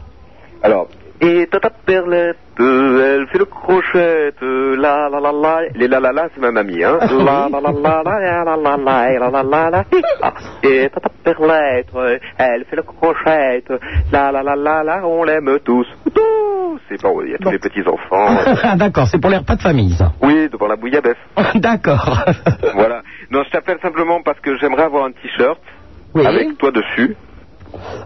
Alors, et Tata Perlette, euh, elle fait le crochette, euh, la la la la, les la la la, c'est ma mamie, *laughs* hein. La la la la la, la la la la, la la la la, hi, ha. et Tata Perlette, euh, elle fait le crochette, la la la la la, on l'aime tous, tous. C'est bon, il y a tous les petits enfants. *laughs* *laughs* D'accord, c'est pour les repas de famille, ça. Oui, devant la bouillabaisse. *laughs* D'accord. voilà. Non, je t'appelle simplement parce que j'aimerais avoir un t-shirt Oui. avec toi dessus.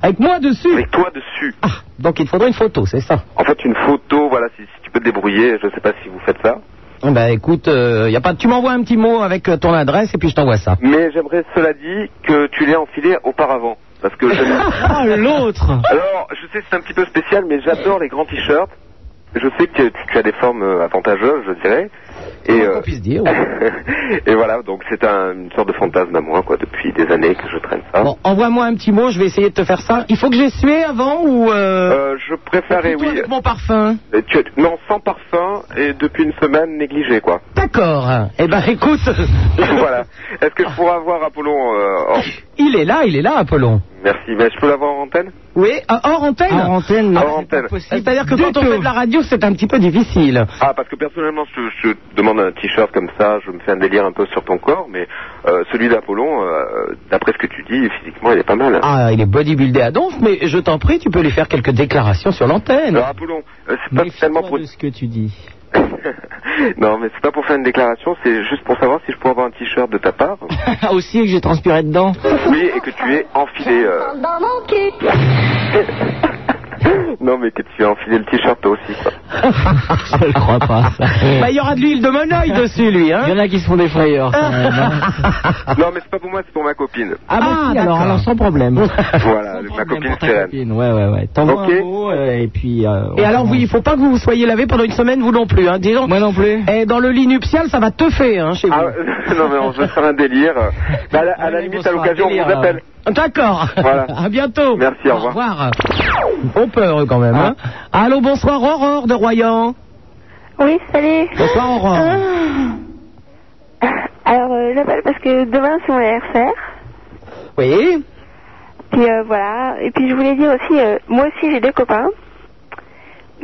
Avec moi dessus Ah, Avec toi dessus. Donc il te faudrait une photo, c'est ça En fait, une photo, voilà, si, si tu peux te débrouiller, je sais pas si vous faites ça. Eh Ben écoute, euh, y a pas... tu m'envoies un petit mot avec euh, ton adresse et puis je t'envoie ça. Mais j'aimerais, cela dit, que tu l'aies enfilé auparavant. Parce *laughs* que j'aime- Ah, l'autre Alors, je sais, c'est un petit peu spécial, mais j'adore les grands t-shirts. Je sais que tu, tu as des formes euh, avantageuses, je dirais. Et, euh, *laughs* et voilà, donc c'est un- une sorte de fantasme à moi, quoi, depuis des années que je traîne ça. Bon, envoie-moi un petit mot, je vais essayer de te faire ça. Il faut que j'ai sué avant ou... Euh... Euh, je préférais, oui. Mon parfum Et tu- non, sans parfum et depuis une semaine négligé, quoi. D'accord. Eh ben écoute, *laughs* voilà. Est-ce que je pourrais avoir Apollon euh, *laughs* en- il est là, il est là, Apollon. Merci, mais je peux l'avoir en antenne Oui, à- hors antenne Hors antenne, non. Hors antenne. C'est-à-dire que Du quand on fait de la radio, c'est un petit peu difficile. Ah, parce que personnellement, je, je te demande un t-shirt comme ça, je me fais un délire un peu sur ton corps, mais euh, celui d'Apollon, euh, d'après ce que tu dis, physiquement, il est pas mal. hein. Ah, il est bodybuildé à donf, mais je t'en prie, tu peux lui faire quelques déclarations sur l'antenne. Alors, Apollon, euh, c'est pas tellement pour... ce que tu dis. *laughs* non, mais c'est pas pour faire une déclaration, c'est juste pour savoir si je pourrais avoir un t-shirt de ta part. Ah, Aussi que j'ai transpiré *laughs* dedans. oui, et que tu es enfilé... euh, *laughs* Non, mais que tu as enfilé le t-shirt toi aussi, quoi. Je le crois pas. ça. Bah, il y aura de l'huile de *laughs* monoeil dessus, lui, hein. Il y en a qui se font des frayeurs. quand même, hein. non, mais c'est pas pour moi, c'est pour ma copine. *laughs* Ah, bah, si, alors, alors sans problème. *laughs* Voilà, ma copine Stéphane. ouais, ouais, ouais. T'envoies Ok. un mot euh, et puis. euh, Et alors, oui, il faut pas que vous vous soyez lavé pendant une semaine, vous non plus, hein. Disons. Moi non plus. Et dans le lit nuptial, ça va te faire, hein, chez vous. Ah, *laughs* non, mais on veut faire un délire. Bah, à la, à la limite, à l'occasion, on vous appelle. hein. D'accord. euh. Voilà. *laughs* à bientôt. Merci, au revoir. On peur, eux, quand même, hein. Allô, bonsoir, Aurore de Royan. Oui, salut. Bonsoir, Aurore. Alors, euh, j'appelle parce que demain, c'est mon anniversaire. Oui. Puis euh, voilà. Et puis, je voulais dire aussi, euh, moi aussi, j'ai des copains.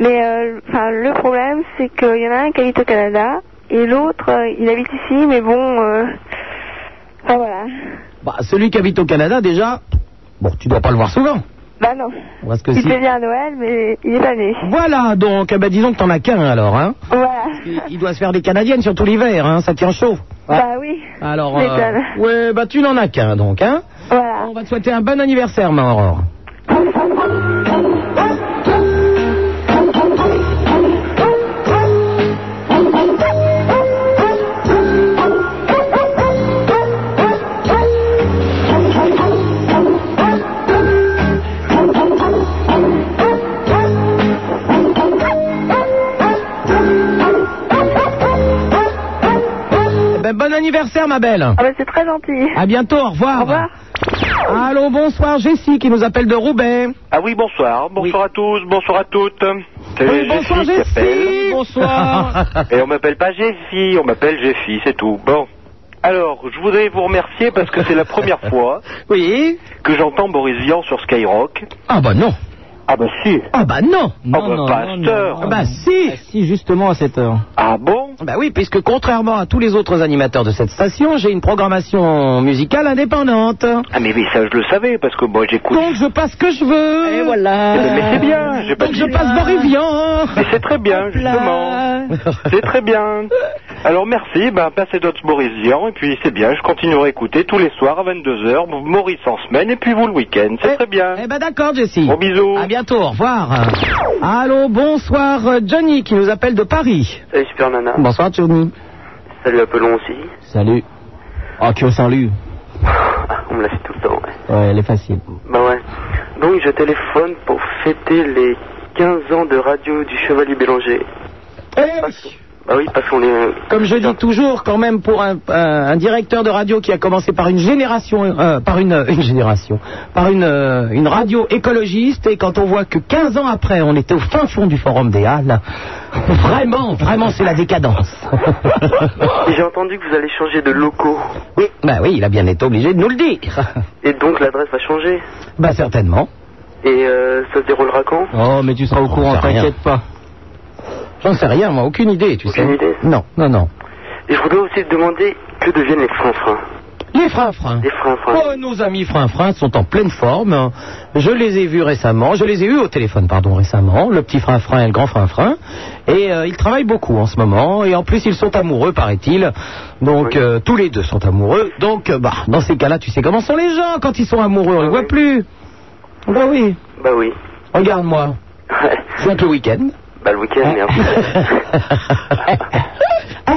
Mais euh, enfin, le problème, c'est qu'il y en a un qui habite au Canada et l'autre, euh, il habite ici, mais bon. euh, Enfin, voilà. Bah, celui qui habite au Canada, déjà, bon, tu dois pas le voir souvent. Bah, non. Parce que Il si... peut venir à Noël, mais il est pas né. Voilà, donc, eh ben, disons que t'en as qu'un, alors, hein. Voilà. Il, il doit se faire des Canadiennes, surtout l'hiver, hein, ça tient chaud. Bah oui. Alors, Tu euh, m'étonnes. ouais, bah tu n'en as qu'un donc, hein Voilà. On va te souhaiter un bon anniversaire, ma Aurore. Eh ben, bon anniversaire, ma belle. Ah bah, ben, c'est très gentil. À bientôt, au revoir. Au revoir. Allô, bonsoir, Jessie qui nous appelle de Roubaix. Ah oui, bonsoir. Bonsoir à tous, bonsoir à toutes. C'est Oui, bonsoir, Jessie qui appelle. Bonsoir. Et on m'appelle pas Jessie, on m'appelle Jessie, c'est tout. Bon. *laughs* Alors, je voudrais vous remercier parce que c'est la première fois *laughs* oui. que j'entends Boris Vian sur Skyrock. Ah bah non. Ah bah si. Ah bah ah non. bah pas à cette heure. Ah bah si. si, justement à cette heure. Ah bon Bah oui, puisque contrairement à tous les autres animateurs de cette station, j'ai une programmation musicale indépendante. Ah mais oui, ça je le savais parce que moi j'écoute. Donc je passe ce que je veux. Et voilà. Mais c'est bien, j'ai pas Ah. Donc dit. je passe Borivian. Mais c'est très bien, justement. C'est très bien. Alors merci, ben, passez d'autres Maurice Vian, et puis c'est bien, je continuerai à écouter tous les soirs à 22h, Maurice en semaine, et puis vous le week-end. C'est très bien. Eh ben d'accord, Jessie. Gros bisous. À bientôt, au revoir. Allô, bonsoir, euh, Johnny qui nous appelle de Paris. Salut Super Nana. Bonsoir, Johnny. Salut Apollon aussi. Salut. Oh, que salut. Ah, On me l'a fait tout le temps. ouais. Ouais, elle est facile. Bah ouais. Donc je téléphone pour fêter les 15 ans de radio du Chevalier Bélanger. Bah oui, parce qu'on est... Comme je dis toujours, quand même, pour un, un- un directeur de radio qui a commencé par une génération, euh, par une, euh, une génération, par une, euh, une radio écologiste, et quand on voit que 15 ans après, on était au fin fond du Forum des Halles, vraiment, vraiment, c'est la décadence. Et J'ai entendu que vous allez changer de locaux. *laughs* oui, bah oui, il a bien été obligé de nous le dire. Et donc l'adresse va changer. *laughs* Bah certainement. Et euh, ça se déroulera quand Oh, mais tu seras au courant, t'inquiète pas. J'en sais rien, moi, aucune idée, tu sais. Non, non, non. Et je voudrais aussi te demander que deviennent les francs Les frinfrins. Les francs Oh, nos amis frinfrins sont en pleine forme. Je les ai vus récemment, je les ai eus au téléphone, pardon, récemment, le petit frinfrin et le grand frinfrin. Et euh, ils travaillent beaucoup en ce moment. Et en plus, ils sont amoureux, paraît-il. Donc, euh, tous les deux sont amoureux. Donc, euh, bah, dans ces cas-là, tu sais comment sont les gens quand ils sont amoureux, on les voit plus. Bah oui. Ah Bah oui. *laughs* Regarde-moi. C'est que le week-end. Bah le week-end, merde. *laughs* ah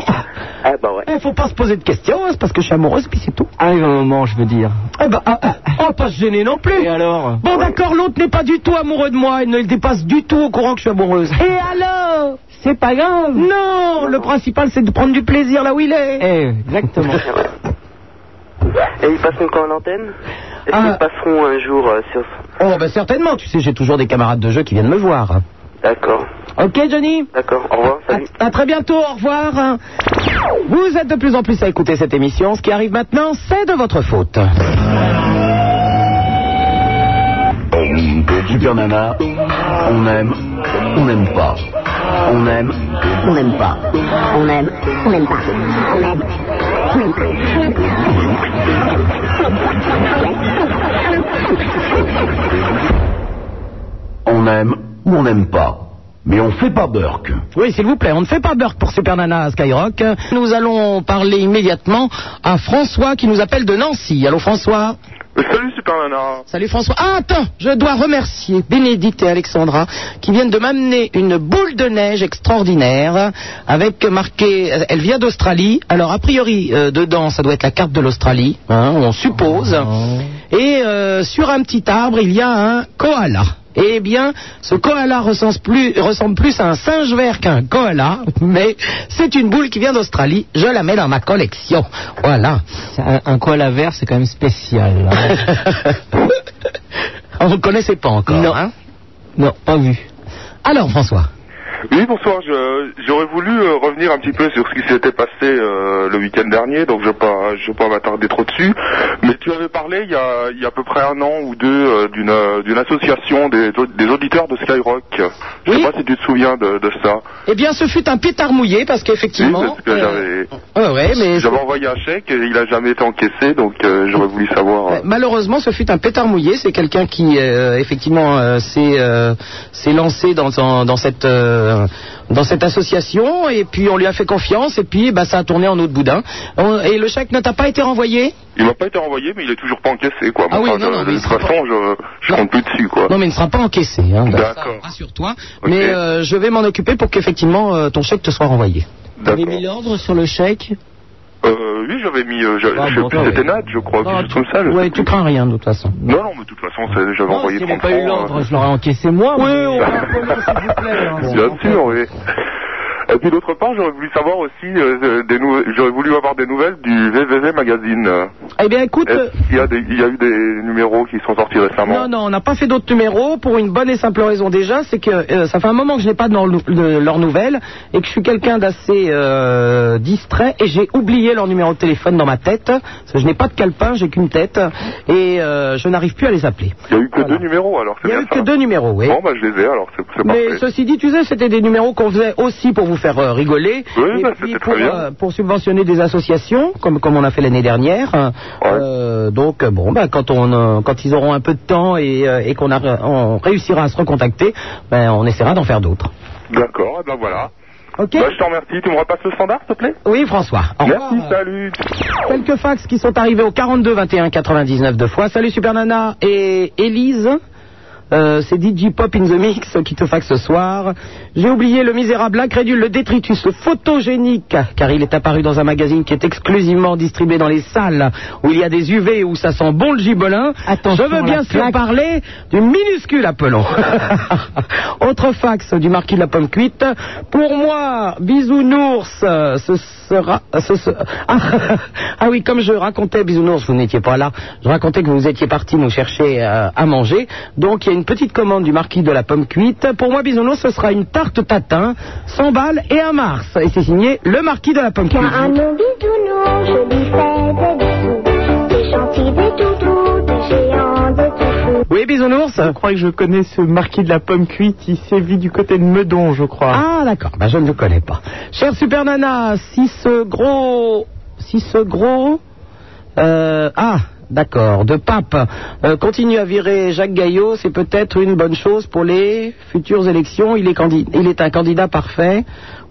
bah ouais. Il Eh, faut pas se poser de questions, hein, c'est parce que je suis amoureuse, puis c'est tout. Arrive un moment, je veux dire. Eh ben, ah, ah, on va pas se gêner non plus. Et alors Bon, d'accord, l'autre n'est pas du tout amoureux de moi. Il ne le dépasse du tout au courant que je suis amoureuse. Et alors C'est pas grave. Non, le principal, c'est de prendre du plaisir là où il est. *laughs* exactement. Et ils passeront quand à l'antenne Est-ce Ah. qu'ils passeront un jour euh, sur... Oh, ben certainement. Tu sais, j'ai toujours des camarades de jeu qui viennent me voir. D'accord. Ok, Johnny D'accord, au revoir. Salut. À très bientôt, au revoir. Vous êtes de plus en plus à écouter cette émission. Ce qui arrive maintenant, c'est de votre faute. Euh, Super Nana, on aime, on n'aime pas. On aime, on n'aime pas. On aime, on n'aime pas. On aime, on n'aime pas. On aime ou on n'aime pas. Mais on fait pas Burke. Oui, s'il vous plaît, on ne fait pas Burke pour Super Nana à Skyrock. Nous allons parler immédiatement à François qui nous appelle de Nancy. Allô, François Euh, Salut Super Nana. Salut François. Ah, attends, je dois remercier Bénédicte et Alexandra qui viennent de m'amener une boule de neige extraordinaire avec marqué, elle vient d'Australie. Alors, a priori, euh, dedans, ça doit être la carte de l'Australie, hein, on suppose. Ah. Et euh, sur un petit arbre, il y a un koala. Eh bien, ce koala ressemble plus, ressemble plus à un singe vert qu'un koala, mais c'est une boule qui vient d'Australie. Je la mets dans ma collection. Voilà. Un, un koala vert, c'est quand même spécial. hein. *laughs* On ne connaissait pas encore. Non. non, pas vu. Alors, François. Oui, bonsoir. Je- J'aurais voulu euh, revenir un petit peu sur ce qui s'était passé euh, le week-end dernier, donc je ne vais pas, je vais pas m'attarder trop dessus. Mais tu avais parlé il y a, il y a à peu près un an ou deux euh, d'une euh, d'une association des, au- des auditeurs de Skyrock. Je sais pas si tu te souviens de, de ça. Eh bien, ce fut un pétard mouillé parce Oui, qu'effectivement. euh, parce que ouais, j'avais ouais, mais- j'avais envoyé un chèque et il a jamais été encaissé, donc euh, j'aurais voulu savoir. euh, Malheureusement, ce fut un pétard mouillé. C'est quelqu'un qui, euh, effectivement, euh, s'est euh, s'est lancé dans, dans, dans cette, euh, dans cette association. Et puis, on lui a fait confiance. Et puis, bah, ça a tourné en eau de boudin. On- et le chèque ne t'a pas été renvoyé Il m'a pas été renvoyé, mais il est toujours pas encaissé, quoi. Ah oui, Enfin, non, de, non, de mais toute façon, je, je compte plus dessus, quoi. Non, mais il ne sera pas encaissé. hein. D'accord. Rassure-toi. Mais euh, je vais m'en occuper pour qu'effectivement, euh, ton chèque te soit renvoyé. Vous avez mis l'ordre sur le chèque Euh, oui, j'avais mis, euh, je, Ah, je sais bon, plus, ouais. c'était Nat, je crois, quelque chose comme ça. je sais Ouais, plus. tu crains rien de toute façon. Non, non, mais de toute façon, c'est- j'avais envoyé 30 pas eu francs, l'ordre, je l'aurais encaissé moi. Oui, euh. *laughs* Bien sûr, oui. Et puis d'autre part, j'aurais voulu savoir aussi, euh, euh, des nou- j'aurais voulu avoir des nouvelles du VVV Magazine. Eh bien, écoute. Euh. Est-ce qu'il y a, des- il y a eu des numéros qui sont sortis récemment Non, non, on n'a pas fait d'autres numéros pour une bonne et simple raison déjà, c'est que euh, ça fait un moment que je n'ai pas de leur- de leurs nouvelles et que je suis quelqu'un d'assez euh, distrait et j'ai oublié leur numéro de téléphone dans ma tête. Parce que je n'ai pas de calepin, j'ai qu'une tête et euh, je n'arrive plus à les appeler. Il y a eu que deux numéros, alors c'est Il n'y a bien eu ça. que deux numéros, oui. Bon, bah je les ai, alors c'est c'est Mais parfait. ceci dit, tu sais, c'était des numéros qu'on faisait aussi pour vous faire euh, rigoler. Oui, et bah, puis c'était pour, très bien. euh, pour subventionner des associations, comme, comme on a fait l'année dernière. Euh, donc, euh, bon, bah, quand, on, euh, quand ils auront un peu de temps et, euh, et qu'on a- on réussira à se recontacter, ben, on essaiera d'en faire d'autres. D'accord, et ben voilà. Ok. Bah, je te remercie, tu me repasses le standard, s'il te plaît Oui, François. Au revoir. Merci, salut. Quelques fax qui sont arrivés au 42 21 99 deux fois. Salut Super Nana et Élise. Euh, c'est DJ Pop in the Mix qui te faxe ce soir. J'ai oublié le misérable incrédule, le détritus, le photogénique, car il est apparu dans un magazine qui est exclusivement distribué dans les salles où il y a des UV où ça sent bon le gibelin. Je veux bien la sûr plaque. parler du minuscule appelon. Autre fax du marquis de la pomme cuite. Pour moi, bisounours, euh, ce sera. ce se- *laughs* ah, ah oui, comme je racontais, bisounours, vous n'étiez pas là. Je racontais que vous étiez parti nous chercher euh, à manger. Donc il y a une petite commande du marquis de la pomme cuite. Pour moi, bisounours, ce sera une tarte tatin, 100 balles et un mars. Et c'est signé le marquis de la pomme cuite. Oui, bisounours. Je crois que je connais ce marquis de la pomme cuite. Il sévit du côté de Meudon, je crois. Ah, d'accord. Bah, je ne le connais pas. Cher Super Nana, si ce gros. Si ce gros. euh, ah, d'accord. De pape euh, continue à virer Jacques Gaillot, c'est peut-être une bonne chose pour les futures élections. Il est, candi- il est un candidat parfait.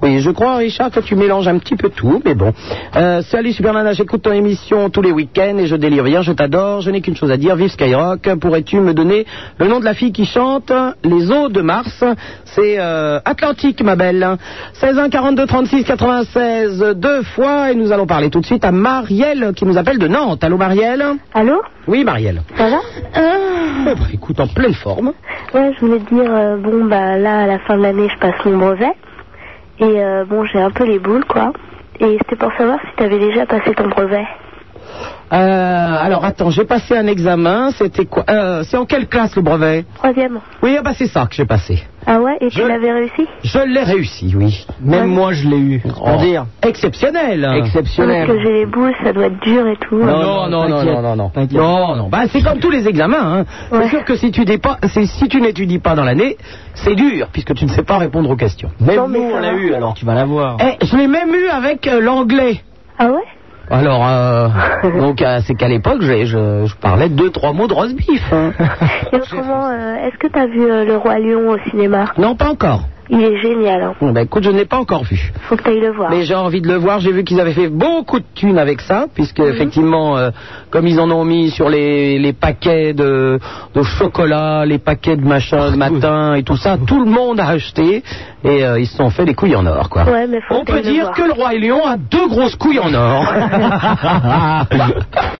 Oui, je crois, Richard, que tu mélanges un petit peu tout, mais bon. Euh, salut Super Nana, j'écoute ton émission tous les week-ends et je délire bien, je t'adore, je n'ai qu'une chose à dire, vive Skyrock. Pourrais-tu me donner le nom de la fille qui chante Les eaux de Mars C'est euh, Atlantique, ma belle. 16 1 42 36 96 deux fois et nous allons parler tout de suite à Marielle qui nous appelle de Nantes. Allô Marielle Allô Oui Marielle. Ça va Eh ben, écoute, en pleine forme. Ouais, je voulais te dire, euh, bon, bah là, à la fin de l'année, je passe mon brevet. Et euh, bon, j'ai un peu les boules, quoi. Et c'était pour savoir si t'avais déjà passé ton brevet. Euh, alors attends, j'ai passé un examen, c'était quoi Euh, C'est en quelle classe le brevet Troisième. Oui, ah bah c'est ça que j'ai passé. Ah ouais Et tu Je- l'avais réussi Je l'ai réussi, oui. Même moi, je l'ai eu. Oh. dire Exceptionnel. Ouais, Parce que j'ai les boules, ça doit être dur et tout. Non, non, non, non, non, non, non. Non, non. Bah, c'est comme tous les examens. Hein. C'est sûr que si tu n'étudies pas, c'est- si tu n'étudies pas dans l'année, c'est dur, puisque tu ne sais pas répondre aux questions. Même nous, on l'a eu, alors tu vas l'avoir. Eh, je l'ai même eu avec euh, l'anglais. Ah ouais Alors, euh, donc, euh, c'est qu'à l'époque, j'ai- je, je parlais deux, trois mots de roast beef. hein. Et autrement, euh, est-ce que t'as vu euh, Le Roi Lion au cinéma Non, pas encore. Il est génial, hein. Bon, bah, écoute, je ne l'ai pas encore vu. Faut que t'ailles le Ah. voir. Mais j'ai envie de le voir. J'ai vu qu'ils avaient fait beaucoup de thunes avec ça, puisque effectivement, euh, comme ils en ont mis sur les, les paquets de, de chocolat, les paquets de machin, de matin et tout ça, tout le monde a acheté et euh, ils se sont fait des couilles en or, quoi. Ouais, mais faut On que peut t'ailles le dire voir. *laughs* *laughs* que le roi et lion a deux grosses couilles en or.